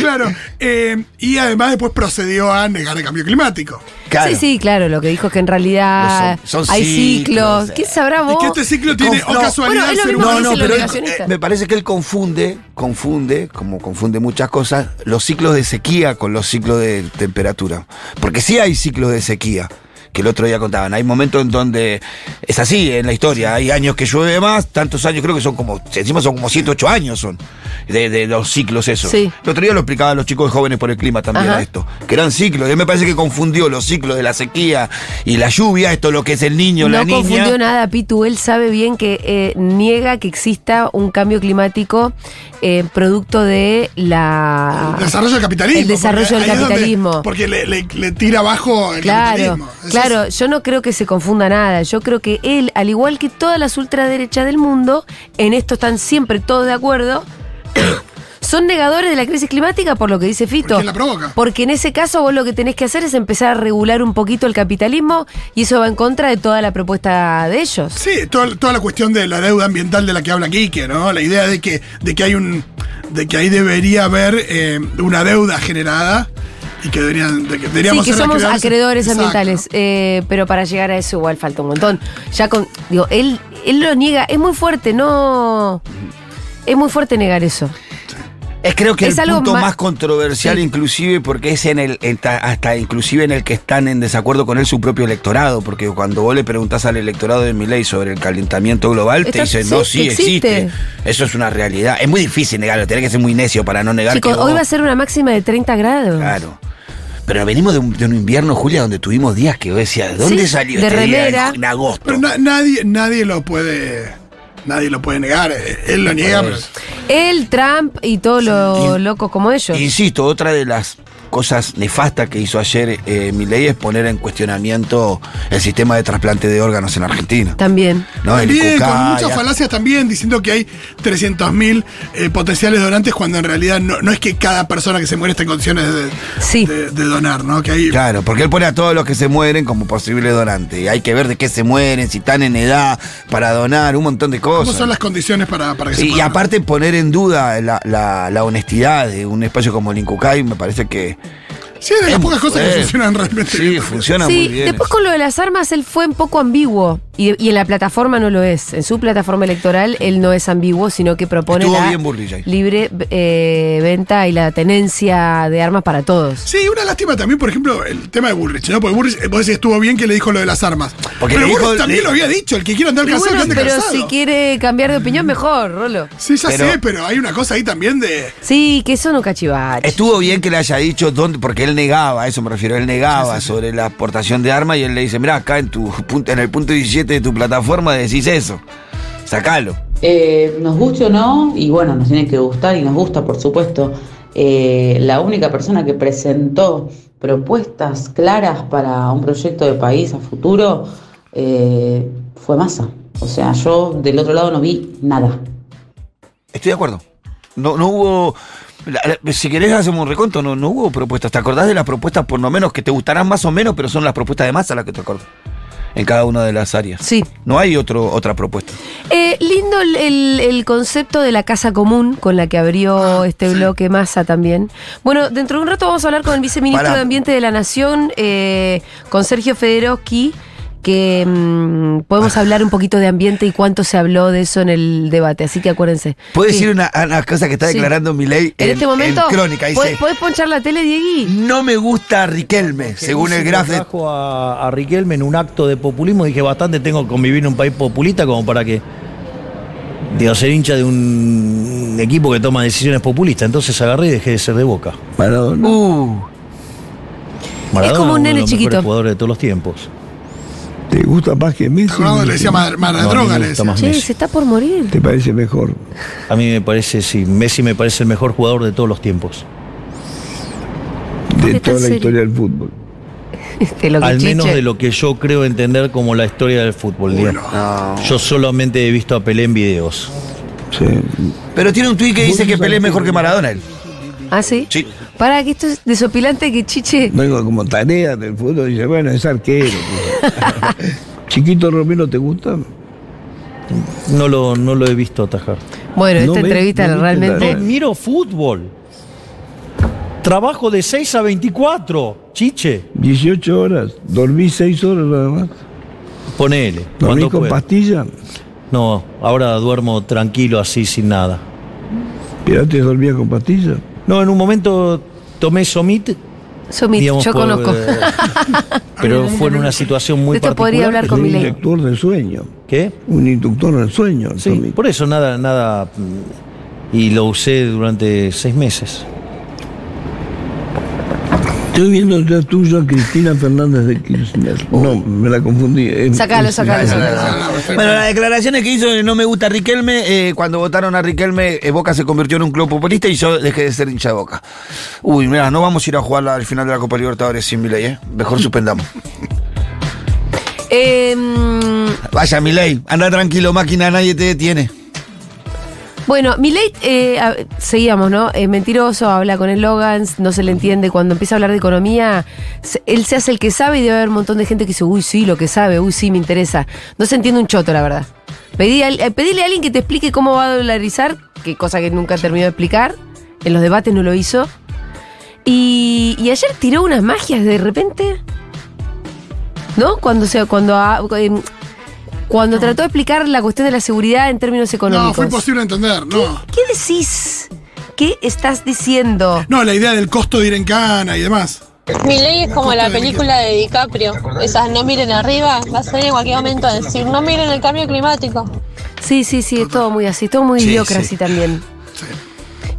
[SPEAKER 2] Claro, eh, y además después procedió a negar el cambio climático.
[SPEAKER 3] Claro.
[SPEAKER 1] Sí, sí, claro, lo que dijo es que en realidad
[SPEAKER 3] Los son- son
[SPEAKER 1] hay ciclos.
[SPEAKER 3] ciclos,
[SPEAKER 1] ¿Qué sabrá
[SPEAKER 2] Y
[SPEAKER 1] vos?
[SPEAKER 2] que este ciclo tiene, o
[SPEAKER 3] no,
[SPEAKER 2] casualidad,
[SPEAKER 1] bueno, es lo
[SPEAKER 2] ser
[SPEAKER 1] mismo que
[SPEAKER 2] humano.
[SPEAKER 1] dicen los
[SPEAKER 3] pero él-
[SPEAKER 1] negacionistas.
[SPEAKER 3] me parece que él confunde, confunde, como confunde muchas cosas, los ciclos de sequía con los ciclos de temperatura. Porque sí hay ciclos de sequía, que el otro día contaban. Hay momentos en donde es así en la historia. Hay años que llueve más, tantos años, creo que son como, encima son como 7, 8 años son, de, de los ciclos esos.
[SPEAKER 1] Sí.
[SPEAKER 3] El otro día lo explicaban los chicos jóvenes por el clima también
[SPEAKER 1] Ajá.
[SPEAKER 3] a esto, que eran ciclos. Y me parece que confundió los ciclos de la sequía y la lluvia, esto lo que es el niño, la
[SPEAKER 1] No
[SPEAKER 3] niña.
[SPEAKER 1] confundió nada, Pitu. Él sabe bien que eh, niega que exista un cambio climático eh, producto de la.
[SPEAKER 2] El desarrollo del capitalismo.
[SPEAKER 1] Ah. El desarrollo
[SPEAKER 2] porque
[SPEAKER 1] del
[SPEAKER 2] ahí es donde-
[SPEAKER 1] capitalismo.
[SPEAKER 2] porque le, le- le tira abajo el
[SPEAKER 1] Claro,
[SPEAKER 2] capitalismo. Eso
[SPEAKER 1] claro,
[SPEAKER 2] es-
[SPEAKER 1] yo no creo que se confunda nada. Yo creo que él, al igual que todas las ultraderechas del mundo, en esto están siempre todos de acuerdo, son negadores de la crisis climática por lo que dice Fito.
[SPEAKER 2] quién la provoca?
[SPEAKER 1] Porque en ese caso vos lo que tenés que hacer es empezar a regular un poquito el capitalismo y eso va en contra de toda la propuesta de ellos.
[SPEAKER 2] Sí, toda, toda la cuestión de la deuda ambiental de la que habla Quique, ¿no? La idea de que, de que hay un. de que ahí debería haber eh, una deuda generada y que deberían. de que deberíamos
[SPEAKER 1] sí, que
[SPEAKER 2] ser
[SPEAKER 1] somos
[SPEAKER 2] acreedores-
[SPEAKER 1] acreedores
[SPEAKER 2] Exacto.
[SPEAKER 1] ambientales, eh, pero para llegar a eso igual falta un montón. Ya con, digo, él, él lo niega, es muy fuerte, no, es muy fuerte negar eso.
[SPEAKER 3] Es creo que
[SPEAKER 1] Es
[SPEAKER 3] el
[SPEAKER 1] algo
[SPEAKER 3] punto
[SPEAKER 1] ma-
[SPEAKER 3] más controversial
[SPEAKER 1] Sí.
[SPEAKER 3] inclusive porque es en el en ta- hasta inclusive en el que están en desacuerdo con él su propio electorado, porque cuando vos le preguntás al electorado de Milei sobre el calentamiento global te
[SPEAKER 1] Está-
[SPEAKER 3] dicen,
[SPEAKER 1] sí,
[SPEAKER 3] "No, sí
[SPEAKER 1] existe".
[SPEAKER 3] existe. Eso es una realidad. Es muy difícil negarlo, tenés que ser muy necio para no negar
[SPEAKER 1] Chicos,
[SPEAKER 3] que
[SPEAKER 1] hoy
[SPEAKER 3] vos-
[SPEAKER 1] va a ser una máxima de 30 grados.
[SPEAKER 3] Claro. Pero venimos de un, de un invierno, Julia, donde tuvimos días que vos decías, ¿dónde
[SPEAKER 1] Sí,
[SPEAKER 3] salió
[SPEAKER 1] de
[SPEAKER 3] este día
[SPEAKER 1] remera.
[SPEAKER 3] en, en agosto?
[SPEAKER 2] Pero na- nadie, nadie lo puede. Nadie lo puede negar. eh, Él lo niega, pero.
[SPEAKER 1] Él, Trump y todos los locos como ellos.
[SPEAKER 3] Insisto, otra de las cosas nefastas que hizo ayer eh, Milei es poner en cuestionamiento el sistema de trasplante de órganos en Argentina.
[SPEAKER 1] También.
[SPEAKER 3] ¿no? El
[SPEAKER 2] También, con
[SPEAKER 3] Cucaya.
[SPEAKER 2] muchas falacias también, diciendo que hay 300.000 eh, potenciales donantes, cuando en realidad no, no es que cada persona que se muere esté en condiciones de,
[SPEAKER 1] Sí.
[SPEAKER 2] de- de donar, ¿no? Que hay,
[SPEAKER 3] Claro, porque él pone a todos los que se mueren como posible donante. Y hay que ver de qué se mueren, si están en edad para donar, un montón de
[SPEAKER 2] ¿Cómo
[SPEAKER 3] cosas.
[SPEAKER 2] son las condiciones para, para que se
[SPEAKER 3] Sí, y
[SPEAKER 2] pueda donar?
[SPEAKER 3] aparte poner en duda la, la- la honestidad de un espacio como el Incucay, me parece que...
[SPEAKER 2] Sí, de las
[SPEAKER 3] es-
[SPEAKER 2] pocas cosas que
[SPEAKER 3] eh,
[SPEAKER 2] funcionan realmente.
[SPEAKER 3] Sí, funciona muy
[SPEAKER 1] Sí,
[SPEAKER 3] bien.
[SPEAKER 1] después con lo de las armas él fue un poco ambiguo y, y en la plataforma no lo es. En su plataforma electoral él no es ambiguo, sino que propone
[SPEAKER 3] Estuvo
[SPEAKER 1] la
[SPEAKER 3] bien Burley, Jay.
[SPEAKER 1] libre eh, venta y la tenencia de armas para todos.
[SPEAKER 2] Sí, una lástima también, por ejemplo, el tema de Bullrich, ¿no? Porque Bullrich, eh, vos decís, estuvo bien que le dijo lo de las armas.
[SPEAKER 3] Porque
[SPEAKER 2] pero
[SPEAKER 3] le dijo-
[SPEAKER 2] Bullrich también
[SPEAKER 3] le-
[SPEAKER 2] lo había dicho, el que quiera andar
[SPEAKER 1] Y
[SPEAKER 2] casado,
[SPEAKER 1] bueno,
[SPEAKER 2] que ande
[SPEAKER 1] pero
[SPEAKER 2] casado.
[SPEAKER 1] si quiere cambiar de opinión, mejor, Rolo.
[SPEAKER 2] Sí, ya
[SPEAKER 3] Pero-
[SPEAKER 2] sé, pero hay una cosa ahí también de...
[SPEAKER 1] Sí, que eso no cachivache.
[SPEAKER 3] Estuvo bien que le haya dicho dónde, porque él negaba, a eso me refiero, él negaba sobre la aportación de armas y él le dice, mira, acá en tu punto, en el punto 17 de tu plataforma decís eso. Sacalo.
[SPEAKER 12] Eh, nos guste o no, y bueno, nos tiene que gustar y nos gusta, por supuesto. eh, la única persona que presentó propuestas claras para un proyecto de país a futuro eh, fue Massa. O sea, yo del otro lado no vi nada.
[SPEAKER 3] Estoy de acuerdo. No, no hubo. la- la- si querés, hacemos un reconto. No, no hubo propuestas. ¿Te acordás de las propuestas, por lo menos, que te gustarán más o menos, pero son las propuestas de masa las que te acordás? En cada una de las áreas.
[SPEAKER 1] Sí.
[SPEAKER 3] No hay otro, otra propuesta.
[SPEAKER 1] Eh, lindo el, el- el concepto de la casa común con la que abrió
[SPEAKER 3] Ah,
[SPEAKER 1] este bloque Massa también. Bueno, dentro de un rato vamos a hablar con el viceministro
[SPEAKER 3] Pará.
[SPEAKER 1] de Ambiente de la Nación, eh, con Sergio Federoski, que mm, podemos hablar un poquito de ambiente y cuánto se habló de eso en el debate, así que acuérdense.
[SPEAKER 3] ¿Puedes
[SPEAKER 1] Sí.
[SPEAKER 3] decir una, una cosa que está
[SPEAKER 1] Sí.
[SPEAKER 3] declarando mi ley
[SPEAKER 1] En, este momento,
[SPEAKER 3] crónica? Dice,
[SPEAKER 1] ¿puedes, puedes ponchar la tele, Diegui?
[SPEAKER 3] No me gusta Riquelme, según el graf de-
[SPEAKER 13] trajo a, a Riquelme en un acto de populismo. Dije, bastante tengo que convivir en un país populista como para que. Digo, ser hincha de un equipo que toma decisiones populistas. Entonces agarré y dejé de ser de boca.
[SPEAKER 3] Maradona.
[SPEAKER 13] Maradona,
[SPEAKER 1] como un
[SPEAKER 13] uno de
[SPEAKER 1] nene
[SPEAKER 13] los mejores
[SPEAKER 1] chiquito.
[SPEAKER 13] jugadores de todos los tiempos. ¿Te gusta más que Messi?
[SPEAKER 2] Maradona le decía Mar- Maradroga,
[SPEAKER 13] No, a mí me
[SPEAKER 2] le
[SPEAKER 13] gusta
[SPEAKER 2] decía.
[SPEAKER 13] más
[SPEAKER 1] Che,
[SPEAKER 13] Messi.
[SPEAKER 1] se está por morir.
[SPEAKER 13] ¿Te parece mejor? A mí me parece, sí. Messi me parece el mejor jugador de todos los tiempos.
[SPEAKER 1] ¿Por qué tan serio?
[SPEAKER 13] del fútbol.
[SPEAKER 1] Te lo
[SPEAKER 13] Al
[SPEAKER 1] cuchiche.
[SPEAKER 13] menos de lo que yo creo entender como la historia del fútbol. Diego. Yo solamente he visto a Pelé en videos.
[SPEAKER 3] Pero tiene un tuit que dice que Pelé es mejor que Maradona. él.
[SPEAKER 1] ¿Ah, sí?
[SPEAKER 3] Sí.
[SPEAKER 1] Para que esto es desopilante que chiche.
[SPEAKER 14] Vengo como tarea del fútbol y dice, bueno, es arquero. Chiquito Romero, ¿te gusta?
[SPEAKER 13] No lo, no lo he visto atajar.
[SPEAKER 1] Bueno, esta entrevista realmente.
[SPEAKER 13] No miro fútbol. Trabajo de 6 a 24, chiche.
[SPEAKER 14] 18 horas, dormí 6 horas nada más.
[SPEAKER 13] Ponele.
[SPEAKER 14] ¿Dormí
[SPEAKER 13] cuando
[SPEAKER 14] con
[SPEAKER 13] pueda.
[SPEAKER 14] pastilla?
[SPEAKER 13] No, ahora duermo tranquilo así sin nada.
[SPEAKER 14] Pero antes dormía con pastilla.
[SPEAKER 13] No, en un momento tomé Somit,
[SPEAKER 1] Somit,
[SPEAKER 13] Digamos,
[SPEAKER 1] yo
[SPEAKER 13] por-
[SPEAKER 1] conozco.
[SPEAKER 13] pero fue en una situación muy
[SPEAKER 1] De esto
[SPEAKER 13] particular.
[SPEAKER 1] podría hablar con
[SPEAKER 14] un
[SPEAKER 1] Milei.
[SPEAKER 14] inductor del sueño.
[SPEAKER 13] ¿Qué?
[SPEAKER 14] Un inductor del sueño. el
[SPEAKER 13] Sí,
[SPEAKER 14] Somit.
[SPEAKER 13] por eso nada, nada. mm, Y lo usé durante seis meses.
[SPEAKER 14] Estoy viendo ya tuyo a Cristina Fernández de Kirchner.
[SPEAKER 13] Oh.
[SPEAKER 14] No, me la confundí. eh. Es-
[SPEAKER 1] Sacalo,
[SPEAKER 14] es-
[SPEAKER 1] sacalo,
[SPEAKER 14] es-
[SPEAKER 1] sacalo.
[SPEAKER 3] Bueno, las declaraciones que hizo de No me gusta Riquelme, eh, cuando votaron a Riquelme, eh, Boca se convirtió en un club populista y yo dejé de ser hincha de Boca. Uy, mira, no vamos a ir a jugar al final de la Copa Libertadores sin Milei, ¿eh? Mejor suspendamos.
[SPEAKER 1] Eh, mm,
[SPEAKER 3] Vaya, Milei, anda tranquilo, máquina, nadie te detiene.
[SPEAKER 1] bueno, Milei, eh, a- seguíamos, ¿no? Es mentiroso, habla con eslogans, no se le entiende. Cuando empieza a hablar de economía, se- él se hace el que sabe y debe haber un montón de gente que dice, uy, sí, lo que sabe, uy, sí, me interesa. No se entiende un choto, la verdad. Pedí al- eh, pedile a alguien que te explique cómo va a dolarizar, que cosa que nunca terminó de explicar. En los debates no lo hizo. Y, y ayer tiró unas magias de repente. ¿No? Cuando se, cuando, a- em, cuando trató de explicar la cuestión de la seguridad en términos
[SPEAKER 2] No,
[SPEAKER 1] económicos.
[SPEAKER 2] fue imposible entender, no.
[SPEAKER 1] ¿Qué decís? ¿Qué estás diciendo?
[SPEAKER 2] No, la idea del costo de ir en cana y demás.
[SPEAKER 8] Mi ley es como la película de DiCaprio. Esas no miren arriba, va a salir en cualquier momento a decir no miren el cambio climático.
[SPEAKER 1] Sí, sí, sí, es todo muy así, es todo muy
[SPEAKER 10] Sí,
[SPEAKER 1] idiocracia
[SPEAKER 10] sí.
[SPEAKER 1] también.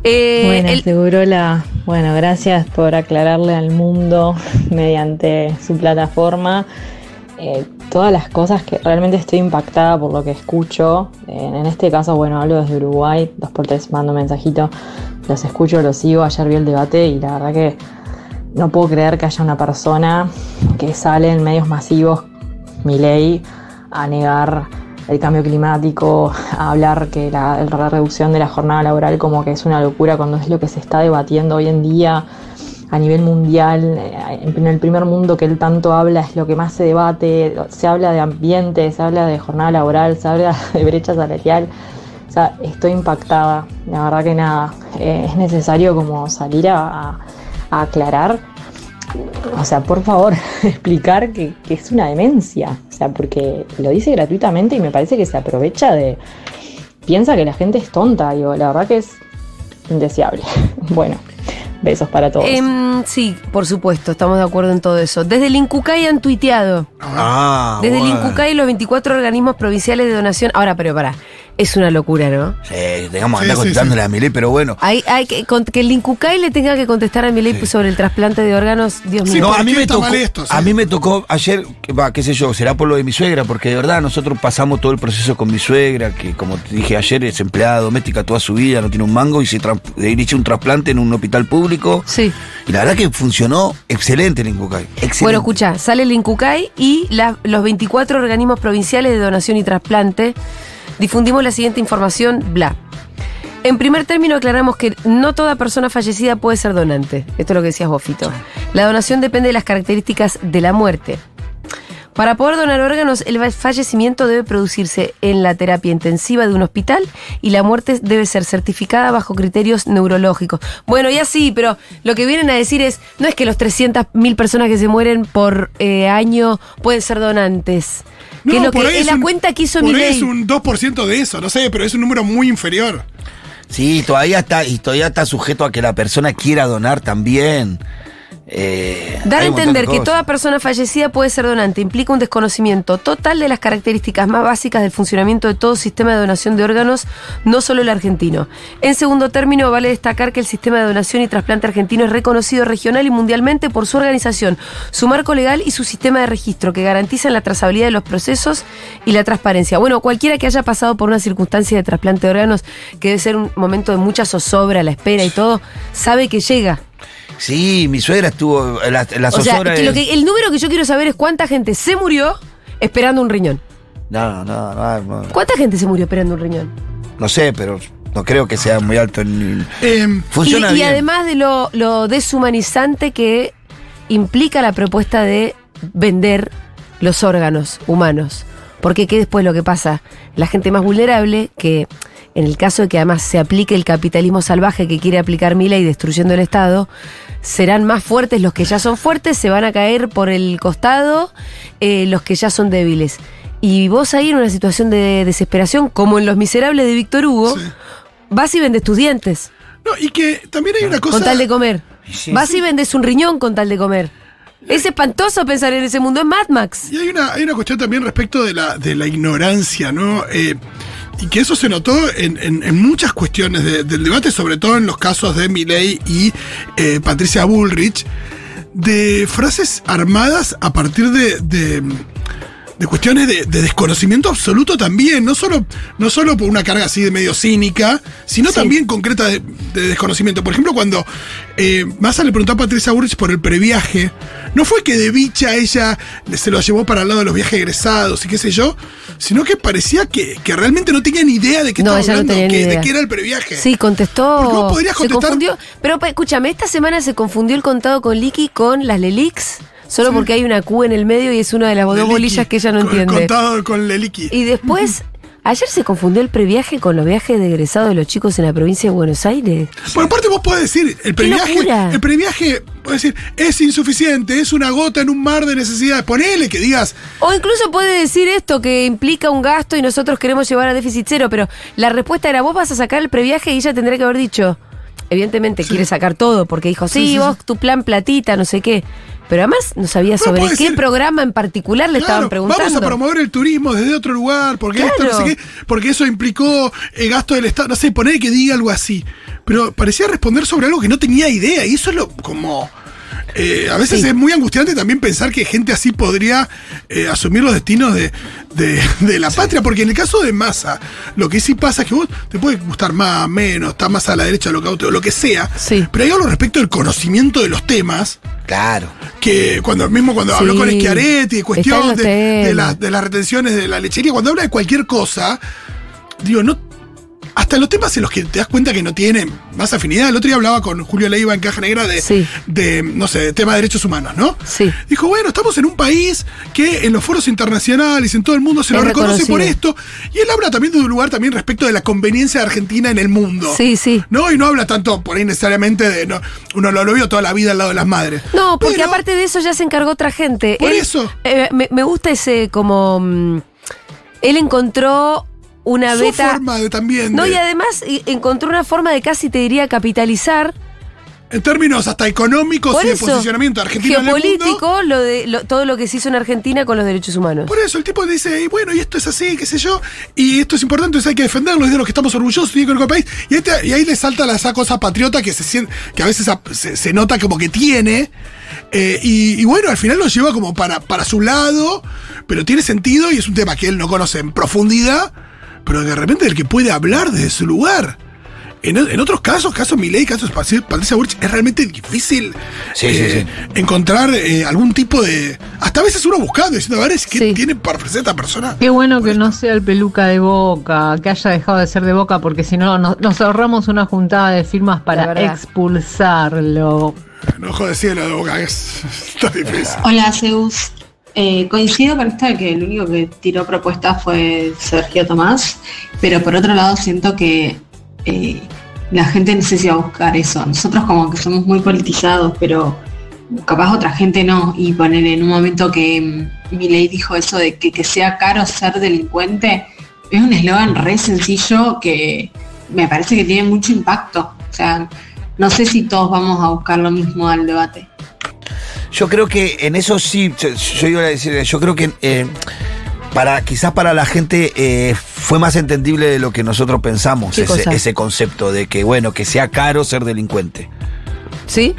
[SPEAKER 1] Eh,
[SPEAKER 10] Bueno,
[SPEAKER 1] el-
[SPEAKER 10] Segurola, bueno, gracias por aclararle al mundo mediante su plataforma eh, todas las cosas que realmente estoy impactada por lo que escucho. En, en este caso, bueno, hablo desde Uruguay, dos por tres mando mensajito, los escucho, los sigo, ayer vi el debate y la verdad que no puedo creer que haya una persona que sale en medios masivos, mi ley, a negar el cambio climático, a hablar que la, la reducción de la jornada laboral como que es una locura cuando es lo que se está debatiendo hoy en día a nivel mundial, eh, en el primer mundo que él tanto habla es lo que más se debate, se habla de ambiente, se habla de jornada laboral, se habla de brecha salarial, o sea, estoy impactada, la verdad que nada, eh, es necesario como salir a- a- a aclarar o sea, por favor, explicar que, que es una demencia. O sea, porque lo dice gratuitamente y me parece que se aprovecha de. Piensa que la gente es tonta. Digo, la verdad que es indeseable. Bueno, besos para todos.
[SPEAKER 1] em, sí, por supuesto, estamos de acuerdo en todo eso. Desde el Incucay han tuiteado.
[SPEAKER 3] Ah,
[SPEAKER 1] Desde el
[SPEAKER 3] bueno.
[SPEAKER 1] INCUCAI y los 24 organismos provinciales de donación. Ahora, pero pará. Es una locura, ¿no?
[SPEAKER 3] Sí, tengamos que
[SPEAKER 1] Sí,
[SPEAKER 3] andar
[SPEAKER 1] sí,
[SPEAKER 3] contestándole a Milei, pero bueno.
[SPEAKER 1] Hay, hay que, con- que el Incucay le tenga que contestar a Milei sobre el trasplante de órganos, Dios mío.
[SPEAKER 3] No, a mí, me tocó, a mí me tocó ayer, que va, qué sé yo, será por lo de mi suegra, porque de verdad nosotros pasamos todo el proceso con mi suegra, que como te dije ayer es empleada doméstica toda su vida, no tiene un mango y se tra- dirige un trasplante en un hospital público.
[SPEAKER 1] Sí.
[SPEAKER 3] Y la verdad que funcionó excelente el Incucay. Excelente.
[SPEAKER 1] Bueno, escucha, sale el INCUCAI y la- los 24 organismos provinciales de donación y trasplante. Difundimos la siguiente información, bla. En primer término aclaramos que no toda persona fallecida puede ser donante. Esto es lo que decías vos, Fito. La donación depende de las características de la muerte. Para poder donar órganos, el va- fallecimiento debe producirse en la terapia intensiva de un hospital y la muerte debe ser certificada bajo criterios neurológicos. Bueno, y así, pero lo que vienen a decir es, no es que los 300.000 personas que se mueren por eh, año pueden ser donantes.
[SPEAKER 2] No,
[SPEAKER 1] que es lo
[SPEAKER 2] por ahí
[SPEAKER 1] que es
[SPEAKER 2] es
[SPEAKER 1] la
[SPEAKER 2] un-
[SPEAKER 1] cuenta que hizo
[SPEAKER 2] por ahí
[SPEAKER 1] Milei.
[SPEAKER 2] es un 2% de eso, no sé, pero es un número muy inferior.
[SPEAKER 3] Sí, todavía está, y todavía está sujeto a que la persona quiera donar también. Eh,
[SPEAKER 1] Dar a
[SPEAKER 3] hay un montón de
[SPEAKER 1] entender que
[SPEAKER 3] cosas.
[SPEAKER 1] toda persona fallecida puede ser donante implica un desconocimiento total de las características más básicas del funcionamiento de todo sistema de donación de órganos, no solo el argentino. En segundo término, vale destacar que el sistema de donación y trasplante argentino es reconocido regional y mundialmente por su organización, su marco legal y su sistema de registro que garantizan la trazabilidad de los procesos y la transparencia. Bueno, cualquiera que haya pasado por una circunstancia de trasplante de órganos, que debe ser un momento de mucha zozobra, la espera y todo, sabe que llega.
[SPEAKER 3] Sí, mi suegra estuvo. La, la
[SPEAKER 1] O sea,
[SPEAKER 3] zozobra
[SPEAKER 1] que lo
[SPEAKER 3] es-
[SPEAKER 1] que- el número que yo quiero saber es cuánta gente se murió esperando un riñón.
[SPEAKER 3] No, no, no, no,
[SPEAKER 1] ¿Cuánta gente se murió esperando un riñón?
[SPEAKER 3] no sé, pero no creo que sea muy alto en.
[SPEAKER 1] y,
[SPEAKER 2] Em,
[SPEAKER 3] Funciona
[SPEAKER 1] y
[SPEAKER 3] bien.
[SPEAKER 1] además de lo, lo deshumanizante que implica la propuesta de vender los órganos humanos. Porque ¿qué después lo que pasa? La gente más vulnerable, que en el caso de que además se aplique el capitalismo salvaje que quiere aplicar Milei destruyendo el Estado, serán más fuertes los que ya son fuertes, se van a caer por el costado eh, los que ya son débiles. Y vos ahí en una situación de desesperación, como en Los Miserables de Víctor Hugo, vas y vendes tus dientes.
[SPEAKER 2] No, y que también hay una cosa.
[SPEAKER 1] Con tal de comer.
[SPEAKER 2] Sí,
[SPEAKER 1] Vas
[SPEAKER 2] sí.
[SPEAKER 1] y vendes un riñón con tal de comer. Es espantoso pensar en ese mundo, es Mad Max.
[SPEAKER 2] Y hay una, hay una cuestión también respecto de la, de la ignorancia, ¿no? Eh, y que eso se notó en, en- en muchas cuestiones de- del debate, sobre todo en los casos de Milei y eh, Patricia Bullrich, de frases armadas a partir de. de- de cuestiones de, de desconocimiento absoluto también, no solo, no solo por una carga así de medio cínica, sino también concreta de, de desconocimiento. Por ejemplo, cuando eh, Massa le preguntó a Patricia Bullrich por el previaje, no fue que de bicha ella se lo llevó para el lado de los viajes egresados y qué sé yo, sino que parecía que, que realmente no tenía ni idea de qué
[SPEAKER 1] No,
[SPEAKER 2] estaba
[SPEAKER 1] ella no
[SPEAKER 2] hablando,
[SPEAKER 1] tenía ni
[SPEAKER 2] que, de
[SPEAKER 1] idea.
[SPEAKER 2] qué era el previaje.
[SPEAKER 1] Sí, contestó.
[SPEAKER 2] Porque vos podrías
[SPEAKER 1] Se
[SPEAKER 2] contestar-
[SPEAKER 1] confundió. Pero pa- escúchame, esta semana se confundió el contado con Liqui con las Lelix, solo porque hay una Q en el medio y es una de las dos
[SPEAKER 2] Leliki,
[SPEAKER 1] bolillas que ella no
[SPEAKER 2] con-
[SPEAKER 1] entiende.
[SPEAKER 2] Contado con Leliki.
[SPEAKER 1] Y después, ayer se confundió el previaje con los viajes de egresado de los chicos en la provincia de Buenos Aires.
[SPEAKER 2] Por aparte vos podés decir, el previaje,
[SPEAKER 1] locura!
[SPEAKER 2] el previaje, podés decir, es insuficiente, es una gota en un mar de necesidades. Ponele que digas,
[SPEAKER 1] O incluso puede decir esto que implica un gasto y nosotros queremos llevar a déficit cero, pero la respuesta era vos vas a sacar el previaje y ella tendría que haber dicho, evidentemente quiere sacar todo, porque dijo, sí,
[SPEAKER 15] Sí, sí,
[SPEAKER 1] vos tu plan platita, no sé qué. Pero además no sabía
[SPEAKER 2] Pero
[SPEAKER 1] sobre
[SPEAKER 2] puede
[SPEAKER 1] qué
[SPEAKER 2] decir-
[SPEAKER 1] programa en particular le
[SPEAKER 2] claro,
[SPEAKER 1] estaban preguntando.
[SPEAKER 2] vamos a promover el turismo desde otro lugar, porque esto no
[SPEAKER 1] Claro.
[SPEAKER 2] sé qué, porque eso implicó el gasto del Estado, no sé, ponele que diga algo así. Pero parecía responder sobre algo que no tenía idea, y eso es lo como. eh, a veces
[SPEAKER 1] Sí.
[SPEAKER 2] es muy angustiante también pensar que gente así podría eh, asumir los destinos de, de- de la patria, porque en el caso de Massa, lo que sí pasa es que vos te puede gustar más, menos, está más a la derecha de lo que a otro, lo que sea, pero hay algo respecto del conocimiento de los temas.
[SPEAKER 3] Claro.
[SPEAKER 2] Que cuando mismo cuando habló
[SPEAKER 1] Sí.
[SPEAKER 2] con Schiaretti, de
[SPEAKER 1] Está en
[SPEAKER 2] cuestión
[SPEAKER 1] los
[SPEAKER 2] de, de
[SPEAKER 1] temas.
[SPEAKER 2] la- de las retenciones de la lechería, cuando habla de cualquier cosa, digo, no. Hasta los temas en los que te das cuenta que no tienen más afinidad. El otro día hablaba con Julio Leiva en Caja Negra de, de, no sé, de tema de derechos humanos, ¿no?
[SPEAKER 1] Sí.
[SPEAKER 2] Dijo, bueno, estamos en un país que en los foros internacionales, en todo el mundo, se lo
[SPEAKER 1] Es
[SPEAKER 2] reconoce por
[SPEAKER 1] reconocido.
[SPEAKER 2] esto. Y él habla también de un lugar también respecto de la conveniencia de Argentina en el mundo.
[SPEAKER 1] Sí, sí.
[SPEAKER 2] ¿No? Y no habla tanto por ahí necesariamente de. No, uno lo, lo vio toda la vida al lado de las madres.
[SPEAKER 1] No, porque aparte de eso ya se encargó otra gente.
[SPEAKER 2] Por
[SPEAKER 1] Él-
[SPEAKER 2] eso.
[SPEAKER 1] eh, me, me gusta ese como... mm, él encontró una
[SPEAKER 2] Su
[SPEAKER 1] beta...
[SPEAKER 2] forma de también.
[SPEAKER 1] No,
[SPEAKER 2] de-
[SPEAKER 1] y además y- encontró una forma de casi te diría capitalizar
[SPEAKER 2] En términos hasta económicos
[SPEAKER 1] Por
[SPEAKER 2] y de
[SPEAKER 1] eso,
[SPEAKER 2] posicionamiento argentino en el mundo.
[SPEAKER 1] geopolítico, lo de, lo- todo lo que se hizo en Argentina con los derechos humanos.
[SPEAKER 2] Por eso el tipo dice, y bueno, y esto es así, qué sé yo, y esto es importante, entonces hay que defenderlo, es de lo que estamos orgullosos, tiene que ver con el país. Y, ahí te- y ahí le salta la, esa cosa patriota que se siente, que a veces ap- se, se nota como que tiene. eh, y, y bueno, al final lo lleva como para, para su lado, pero tiene sentido y es un tema que él no conoce en profundidad, pero de repente del que puede hablar desde su lugar. En, en otros casos, casos Milei, casos Pat- Patricia Burch, es realmente difícil
[SPEAKER 3] Sí, sí, sí.
[SPEAKER 2] encontrar eh, algún tipo de. Hasta a veces uno buscando, diciendo, a ver, es que tiene para ofrecer esta persona.
[SPEAKER 15] Qué bueno que no sea el peluca de boca, que haya dejado de ser de boca, porque si no, no- nos ahorramos una juntada de firmas para
[SPEAKER 2] verdad.
[SPEAKER 15] expulsarlo.
[SPEAKER 2] No joder, sí, lo de boca es. Está difícil.
[SPEAKER 16] Hola, Zeus. Eh, coincido con esta de que el único que tiró propuestas fue Sergio Tomás, pero por otro lado siento que eh, la gente necesita buscar eso. Nosotros como que somos muy politizados, pero capaz otra gente no. Y poner en un momento que mi ley dijo eso de que, que sea caro ser delincuente, es un eslogan re sencillo que me parece que tiene mucho impacto. O sea, no sé si todos vamos a buscar lo mismo al debate.
[SPEAKER 3] Yo creo que en eso sí, yo, yo iba a decir, yo creo que eh, para, quizás para la gente eh, fue más entendible de lo que nosotros pensamos,
[SPEAKER 1] ¿Qué
[SPEAKER 3] ese,
[SPEAKER 1] cosa?
[SPEAKER 3] ese concepto de que, bueno, que sea caro ser delincuente.
[SPEAKER 1] ¿Sí?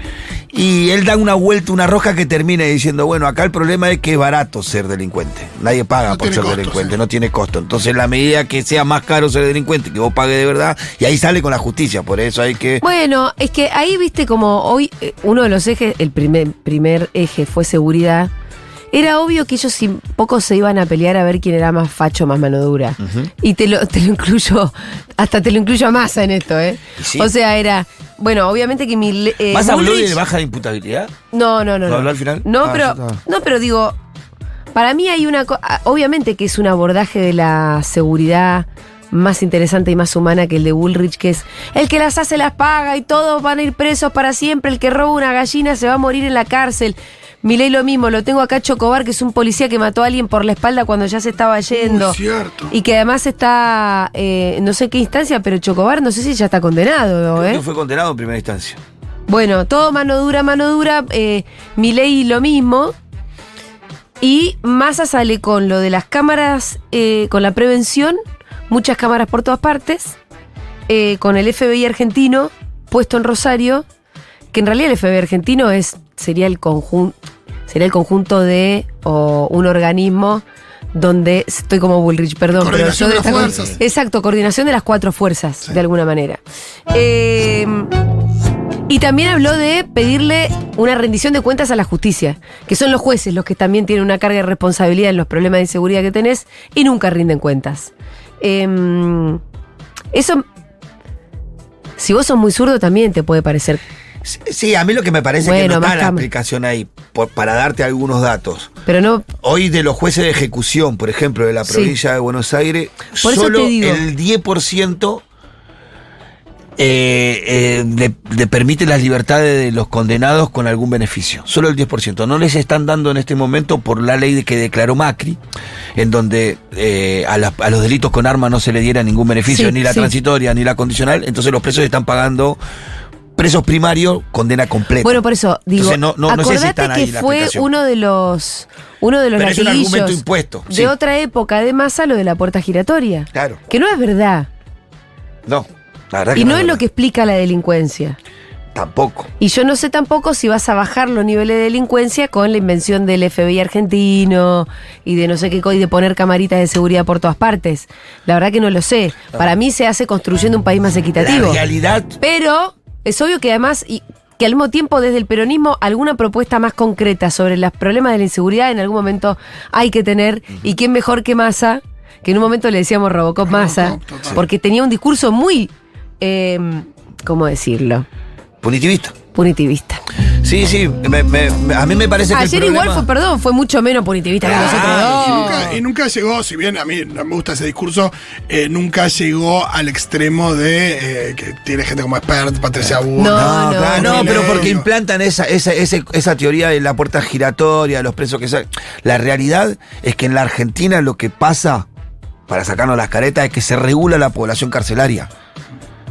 [SPEAKER 3] Y él da una vuelta, una roja que termina diciendo, bueno, acá el problema es que es barato ser delincuente. Nadie paga por
[SPEAKER 14] tiene
[SPEAKER 3] ser
[SPEAKER 14] costo,
[SPEAKER 3] delincuente, no tiene costo. Entonces, la medida que sea más caro ser delincuente, que vos pagues de verdad, y ahí sale con la justicia, por eso hay que...
[SPEAKER 1] Bueno, es que ahí viste como hoy eh, uno de los ejes, el primer, primer eje fue seguridad. Era obvio que ellos sin poco se iban a pelear a ver quién era más facho, más mano dura. Y te lo, te lo incluyo, hasta te lo incluyo a Massa en esto, ¿eh?
[SPEAKER 3] Y sí.
[SPEAKER 1] O sea, era, bueno, obviamente que mi... eh,
[SPEAKER 3] ¿Vas a hablar
[SPEAKER 1] Bullrich-
[SPEAKER 3] de baja de imputabilidad?
[SPEAKER 1] No, no, no.
[SPEAKER 3] ¿Lo
[SPEAKER 1] no.
[SPEAKER 3] habló al final?
[SPEAKER 1] No,
[SPEAKER 3] Ah,
[SPEAKER 1] pero,
[SPEAKER 3] ya está.
[SPEAKER 1] no, pero digo, para mí hay una... co- ah, Obviamente que es un abordaje de la seguridad más interesante y más humana que el de Bullrich, que es el que las hace las paga y todos van a ir presos para siempre, el que roba una gallina se va a morir en la cárcel. Milei lo mismo, lo tengo acá a Chocobar, que es un policía que mató a alguien por la espalda cuando ya se estaba yendo.
[SPEAKER 2] Muy cierto.
[SPEAKER 1] Y que además está, eh, no sé en qué instancia, pero Chocobar no sé si ya está condenado, ¿no? ¿eh?
[SPEAKER 3] No fue condenado en primera instancia.
[SPEAKER 1] Bueno, todo mano dura, mano dura. Eh, Milei lo mismo. Y Massa sale con lo de las cámaras, eh, con la prevención. Muchas cámaras por todas partes. eh, con el FBI argentino puesto en Rosario. Que en realidad el FBI argentino es, sería, el conjun- sería el conjunto de o un organismo donde estoy como Bullrich, perdón. pero yo
[SPEAKER 2] Coordinación de las
[SPEAKER 1] destaco-
[SPEAKER 2] fuerzas.
[SPEAKER 1] Exacto, coordinación de las cuatro fuerzas, de alguna manera. Eh, y también habló de pedirle una rendición de cuentas a la justicia, que son los jueces los que también tienen una carga de responsabilidad en los problemas de inseguridad que tenés y nunca rinden cuentas. Em, eso, si vos sos muy zurdo, también te puede parecer.
[SPEAKER 3] Sí, a mí lo que me parece
[SPEAKER 1] Bueno,
[SPEAKER 3] que no
[SPEAKER 1] más
[SPEAKER 3] está la
[SPEAKER 1] cam-
[SPEAKER 3] aplicación ahí, por- para darte algunos datos.
[SPEAKER 1] Pero no.
[SPEAKER 3] Hoy de los jueces de ejecución, por ejemplo, de la
[SPEAKER 1] Sí.
[SPEAKER 3] provincia de Buenos Aires,
[SPEAKER 1] Por eso
[SPEAKER 3] solo
[SPEAKER 1] te digo.
[SPEAKER 3] el 10% eh, eh, le, le permite las libertades de los condenados con algún beneficio. Solo el 10%. No les están dando en este momento por la ley de que declaró Macri, en donde eh, a, las- a los delitos con armas no se le diera ningún beneficio,
[SPEAKER 14] Sí,
[SPEAKER 3] ni la
[SPEAKER 14] sí.
[SPEAKER 3] transitoria, ni la condicional. Entonces los presos están pagando presos primarios, condena completa.
[SPEAKER 1] Bueno, por eso digo,
[SPEAKER 3] Entonces, no, no, no sé si
[SPEAKER 1] acordate
[SPEAKER 3] están ahí
[SPEAKER 1] que
[SPEAKER 3] la
[SPEAKER 1] fue
[SPEAKER 3] aplicación.
[SPEAKER 1] uno de los uno de los
[SPEAKER 3] Pero es un
[SPEAKER 1] latiguillos
[SPEAKER 3] argumento impuesto,
[SPEAKER 1] de
[SPEAKER 3] sí.
[SPEAKER 1] otra época de masa lo de la puerta giratoria,
[SPEAKER 3] Claro,
[SPEAKER 1] que no es verdad
[SPEAKER 3] no. La verdad
[SPEAKER 1] y
[SPEAKER 3] que
[SPEAKER 1] no es lo que explica la delincuencia.
[SPEAKER 3] Tampoco.
[SPEAKER 1] Y yo no sé tampoco si vas a bajar los niveles de delincuencia con la invención del FBI argentino y de no sé qué cosa, y de poner camaritas de seguridad por todas partes. La verdad que no lo sé. Para mí se hace construyendo un país más equitativo.
[SPEAKER 3] La realidad-
[SPEAKER 1] Pero es obvio que además, y que al mismo tiempo desde el peronismo alguna propuesta más concreta sobre los problemas de la inseguridad en algún momento hay que tener. ¿Y quién mejor que Massa? Que en un momento le decíamos Robocop Massa, porque tenía un discurso muy... eh, ¿Cómo decirlo?
[SPEAKER 3] Punitivista.
[SPEAKER 1] Punitivista.
[SPEAKER 3] Sí, sí, me- me- me- a mí me parece que el
[SPEAKER 1] Ayer igual
[SPEAKER 3] problema-
[SPEAKER 1] fue, perdón, fue mucho menos punitivista que nosotros
[SPEAKER 2] Claro,
[SPEAKER 1] dos.
[SPEAKER 2] Ah, y, nunca, y nunca llegó, si bien a mí no me gusta ese discurso, eh, nunca llegó al extremo de eh, que tiene gente como expert, Patricia Burr.
[SPEAKER 3] No, claro, no, pero porque implantan esa, esa, ese- esa teoría de la puerta giratoria, de los presos que salen. La realidad es que en la Argentina lo que pasa, para sacarnos las caretas, es que se regula la población carcelaria.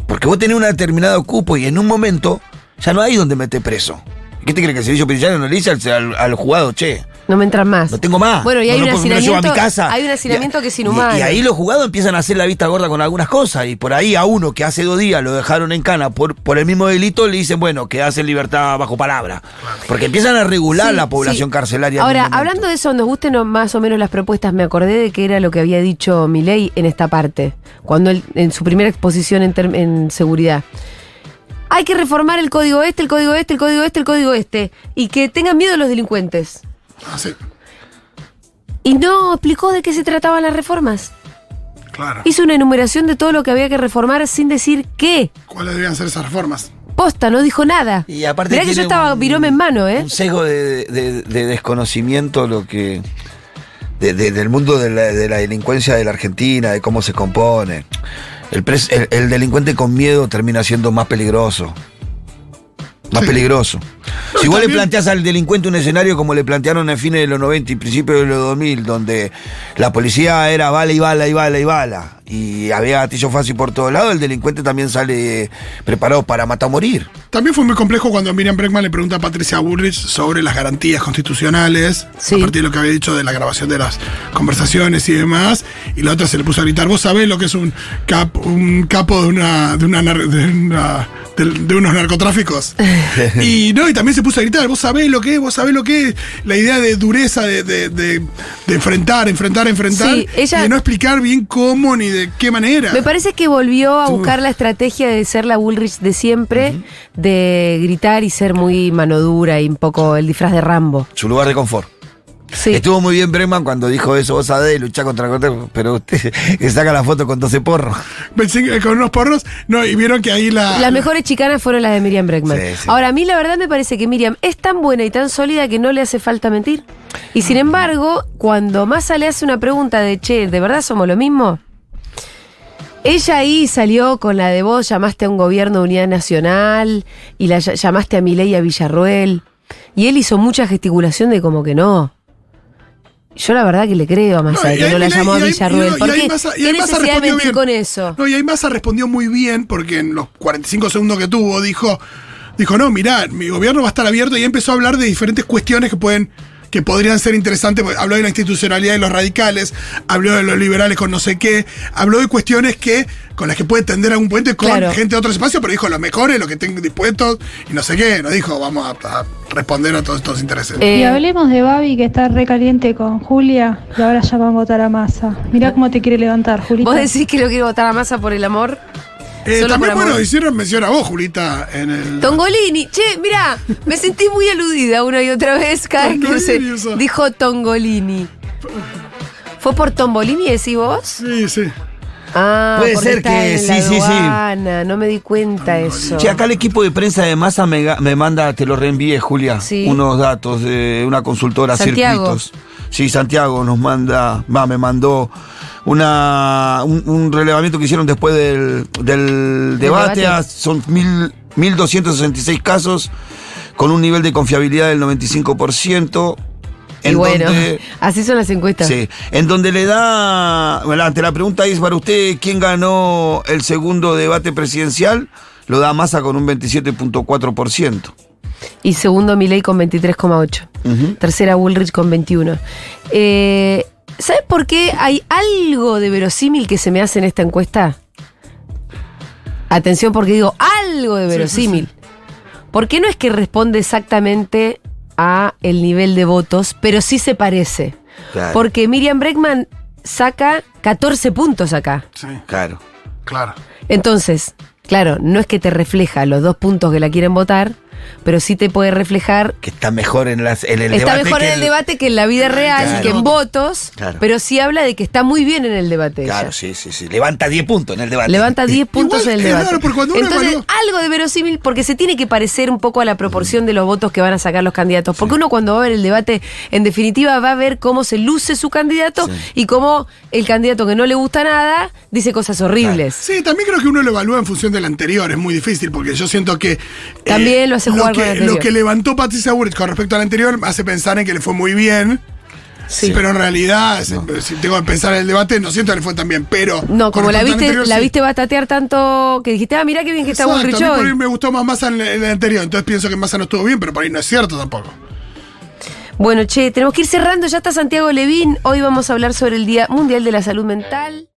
[SPEAKER 3] Porque vos tenés un determinado cupo y en un momento Ya no hay donde meter preso. ¿Qué te crees que el servicio penitenciario no le dice al, al- al juzgado, che?
[SPEAKER 1] No me entran más.
[SPEAKER 3] No tengo más.
[SPEAKER 1] Bueno, y
[SPEAKER 3] No
[SPEAKER 1] hay
[SPEAKER 3] lo
[SPEAKER 1] un
[SPEAKER 3] puedo- no lo llevo a
[SPEAKER 1] hacinamiento.
[SPEAKER 3] mi casa.
[SPEAKER 1] Hay un hacinamiento que es
[SPEAKER 3] Y-
[SPEAKER 1] inhumano.
[SPEAKER 3] Y, ahí los jugados empiezan a hacer la vista gorda con algunas cosas. Y por ahí a uno que hace dos días lo dejaron en cana por, por el mismo delito, le dicen, bueno, que hace libertad bajo palabra. Porque empiezan a regular
[SPEAKER 1] Sí,
[SPEAKER 3] la población
[SPEAKER 1] sí.
[SPEAKER 3] carcelaria. en un
[SPEAKER 1] Ahora,
[SPEAKER 3] momento.
[SPEAKER 1] hablando de eso, nos gusten o más o menos las propuestas, me acordé de que era lo que había dicho Milei en esta parte, cuando él, en su primera exposición en, term- en seguridad. Hay que reformar el código este, el código este, el código este, el código este, y que tengan miedo los delincuentes.
[SPEAKER 2] Ah, sí,
[SPEAKER 1] Y no explicó de qué se trataban las reformas.
[SPEAKER 2] claro.
[SPEAKER 1] Hizo una enumeración de todo lo que había que reformar sin decir qué.
[SPEAKER 2] ¿Cuáles debían ser esas reformas?
[SPEAKER 1] Posta, no dijo nada.
[SPEAKER 3] Y aparte
[SPEAKER 1] Mirá que
[SPEAKER 3] tiene
[SPEAKER 1] yo estaba
[SPEAKER 3] un-
[SPEAKER 1] virome en mano, ¿eh?
[SPEAKER 3] un sesgo de, de- de desconocimiento lo que de- de- del mundo de la, de la delincuencia de la Argentina, de cómo se compone. El, pres- el- el delincuente con miedo termina siendo más peligroso. Más peligroso. si vos le planteás al delincuente un escenario como le plantearon en fines de los 90 y principios de los 2000, donde la policía era bala y bala y bala y bala, y había gatillo fácil por todos lados, el delincuente también sale preparado para matar o morir.
[SPEAKER 2] También fue muy complejo cuando Miriam Breckman le pregunta a Patricia Bullrich sobre las garantías constitucionales, a partir de lo que había dicho de la grabación de las conversaciones y demás, y la otra se le puso a gritar, vos sabés lo que es un, cap- un capo de una, de una nar- de una- de- de unos narcotráficos. Y no, y también se puso a gritar, vos sabés lo que es, vos sabés lo que es, la idea de dureza, de, de- de- de enfrentar, enfrentar, enfrentar,
[SPEAKER 1] Sí, ella-
[SPEAKER 2] y de no explicar bien cómo ni de qué manera.
[SPEAKER 1] Me parece que volvió a buscar la estrategia de ser la Bullrich de siempre, de gritar y ser muy mano dura y un poco el disfraz de Rambo.
[SPEAKER 3] su lugar de confort. Estuvo muy bien Breman cuando dijo eso, vos sabés, luchar contra el cartel, pero usted que saca la foto con 12 porros.
[SPEAKER 2] Pensé que con unos porros, no, y vieron que ahí la...
[SPEAKER 1] Las mejores chicanas fueron las de Miriam Breckman.
[SPEAKER 2] Ah. Sí, sí.
[SPEAKER 1] Ahora, a mí la verdad me parece que Miriam es tan buena y tan sólida que no le hace falta mentir. Y sin embargo, cuando Massa le hace una pregunta de che, ¿de verdad somos lo mismo? Ella ahí salió con la de vos, llamaste a un gobierno de unidad nacional y la ll- llamaste a Milei y a Villarruel. Y él hizo mucha gesticulación de como que no. Yo la verdad que le creo a Massa
[SPEAKER 2] No,
[SPEAKER 1] de
[SPEAKER 2] y
[SPEAKER 1] que
[SPEAKER 2] ahí
[SPEAKER 1] no la
[SPEAKER 2] Milei-
[SPEAKER 1] llamó a
[SPEAKER 2] y ahí- y
[SPEAKER 1] Villarruel.
[SPEAKER 2] ahí
[SPEAKER 1] ¿Por qué?
[SPEAKER 2] Massa- y
[SPEAKER 1] ¿Qué
[SPEAKER 2] ahí Massa
[SPEAKER 1] necesidad de
[SPEAKER 2] respondió
[SPEAKER 1] mentir
[SPEAKER 2] bien.
[SPEAKER 1] con eso?
[SPEAKER 2] No, y ahí Massa respondió muy bien porque en los 45 segundos que tuvo dijo, dijo, no, mirá, mi gobierno va a estar abierto y empezó a hablar de diferentes cuestiones que pueden que podrían ser interesantes, porque habló de la institucionalidad de los radicales, habló de los liberales con no sé qué, habló de cuestiones que con las que puede tender algún puente con
[SPEAKER 1] Claro.
[SPEAKER 2] gente de otros espacios, pero dijo los mejores, los que estén dispuestos y no sé qué, no dijo vamos a, a responder a todos estos intereses.
[SPEAKER 1] Eh,
[SPEAKER 17] Y hablemos de Babi que está recaliente con Julia y ahora ya van a votar a Massa. Mirá cómo te quiere levantar, Julita.
[SPEAKER 1] ¿Vos decís que lo quiere votar a masa por el amor?
[SPEAKER 2] Eh,
[SPEAKER 1] Solo
[SPEAKER 2] también,
[SPEAKER 1] por
[SPEAKER 2] bueno,
[SPEAKER 1] amor.
[SPEAKER 2] hicieron mención a vos, Julita, en el...
[SPEAKER 1] Tongolini, che, mirá, me sentí muy aludida una y otra vez cada vez que se
[SPEAKER 2] Tongolini, eso.
[SPEAKER 1] dijo Tongolini. ¿Fue por Tombolini, decís vos?
[SPEAKER 2] Sí, sí.
[SPEAKER 1] Ah,
[SPEAKER 3] Puede
[SPEAKER 1] porque
[SPEAKER 3] ser
[SPEAKER 1] está
[SPEAKER 3] que
[SPEAKER 1] en la
[SPEAKER 3] sí, sí, sí.
[SPEAKER 1] aduana, No me di cuenta eso.
[SPEAKER 3] Che, acá el equipo de prensa de Massa me, ga- me manda, te lo reenvíe, Julia,
[SPEAKER 1] Sí.
[SPEAKER 3] unos datos de una consultora,
[SPEAKER 1] Santiago.
[SPEAKER 3] Circuitos. Sí, Santiago nos manda, va, me mandó una, un, un relevamiento que hicieron después del, del debate.
[SPEAKER 1] debate.
[SPEAKER 3] Ah, Son mil, 1.266 casos con un nivel de confiabilidad del 95%.
[SPEAKER 1] y
[SPEAKER 3] en
[SPEAKER 1] bueno,
[SPEAKER 3] donde-
[SPEAKER 1] así son las encuestas.
[SPEAKER 3] Sí, en donde le da, bueno, ante la pregunta es para usted, ¿quién ganó el segundo debate presidencial? Lo da Massa con un 27.4%.
[SPEAKER 1] Y segundo Milei con 23,8. Tercera Bullrich con 21. Eh, ¿Sabes por qué hay algo de verosímil que se me hace en esta encuesta? Atención porque digo algo de verosímil. Porque no es que responde exactamente a el nivel de votos, pero sí se parece.
[SPEAKER 3] Claro.
[SPEAKER 1] Porque Miriam Breckman saca 14 puntos acá.
[SPEAKER 3] Claro.
[SPEAKER 2] Claro.
[SPEAKER 1] Entonces, claro, no es que te refleja los dos puntos que la quieren votar, pero sí te puede reflejar
[SPEAKER 3] Que está mejor en, las, en el
[SPEAKER 1] está
[SPEAKER 3] debate.
[SPEAKER 1] mejor
[SPEAKER 3] que
[SPEAKER 1] en el debate que en la vida real,
[SPEAKER 3] Claro.
[SPEAKER 1] que en votos,
[SPEAKER 3] Claro.
[SPEAKER 1] pero sí habla de que está muy bien en el debate. ella.
[SPEAKER 3] Claro, sí, sí, sí. Levanta 10 puntos en el debate.
[SPEAKER 1] Levanta 10 puntos en el
[SPEAKER 3] es
[SPEAKER 1] debate.
[SPEAKER 3] raro, porque cuando uno
[SPEAKER 1] Entonces,
[SPEAKER 3] evalúa-
[SPEAKER 1] algo de verosímil, porque se tiene que parecer un poco a la proporción de los votos que van a sacar los candidatos. Porque uno cuando va a ver el debate, en definitiva, va a ver cómo se luce su candidato y cómo el candidato que no le gusta nada dice cosas horribles.
[SPEAKER 2] Sí, también creo que uno lo evalúa en función del anterior, es muy difícil, porque yo siento que. eh,
[SPEAKER 1] También lo hace jugar
[SPEAKER 2] que,
[SPEAKER 1] con el anterior.
[SPEAKER 2] Lo que levantó Patricia Bullrich con respecto al anterior hace pensar en que le fue muy bien.
[SPEAKER 1] Sí.
[SPEAKER 2] Pero en realidad, si- si tengo que pensar en el debate, no siento que le fue tan bien, pero.
[SPEAKER 1] No,
[SPEAKER 2] con
[SPEAKER 1] como la
[SPEAKER 2] respecto al
[SPEAKER 1] viste,
[SPEAKER 2] anterior,
[SPEAKER 1] la
[SPEAKER 2] sí.
[SPEAKER 1] viste batatear tanto que dijiste, ah, mirá qué bien que está
[SPEAKER 2] Exacto,
[SPEAKER 1] Bullrich
[SPEAKER 2] a mí por ahí
[SPEAKER 1] hoy.
[SPEAKER 2] me gustó más Massa en el en el anterior, entonces pienso que Massa no estuvo bien, pero por ahí no es cierto tampoco.
[SPEAKER 1] Bueno, che, tenemos que ir cerrando. Ya está Santiago Levín. Hoy vamos a hablar sobre el Día Mundial de la Salud Mental.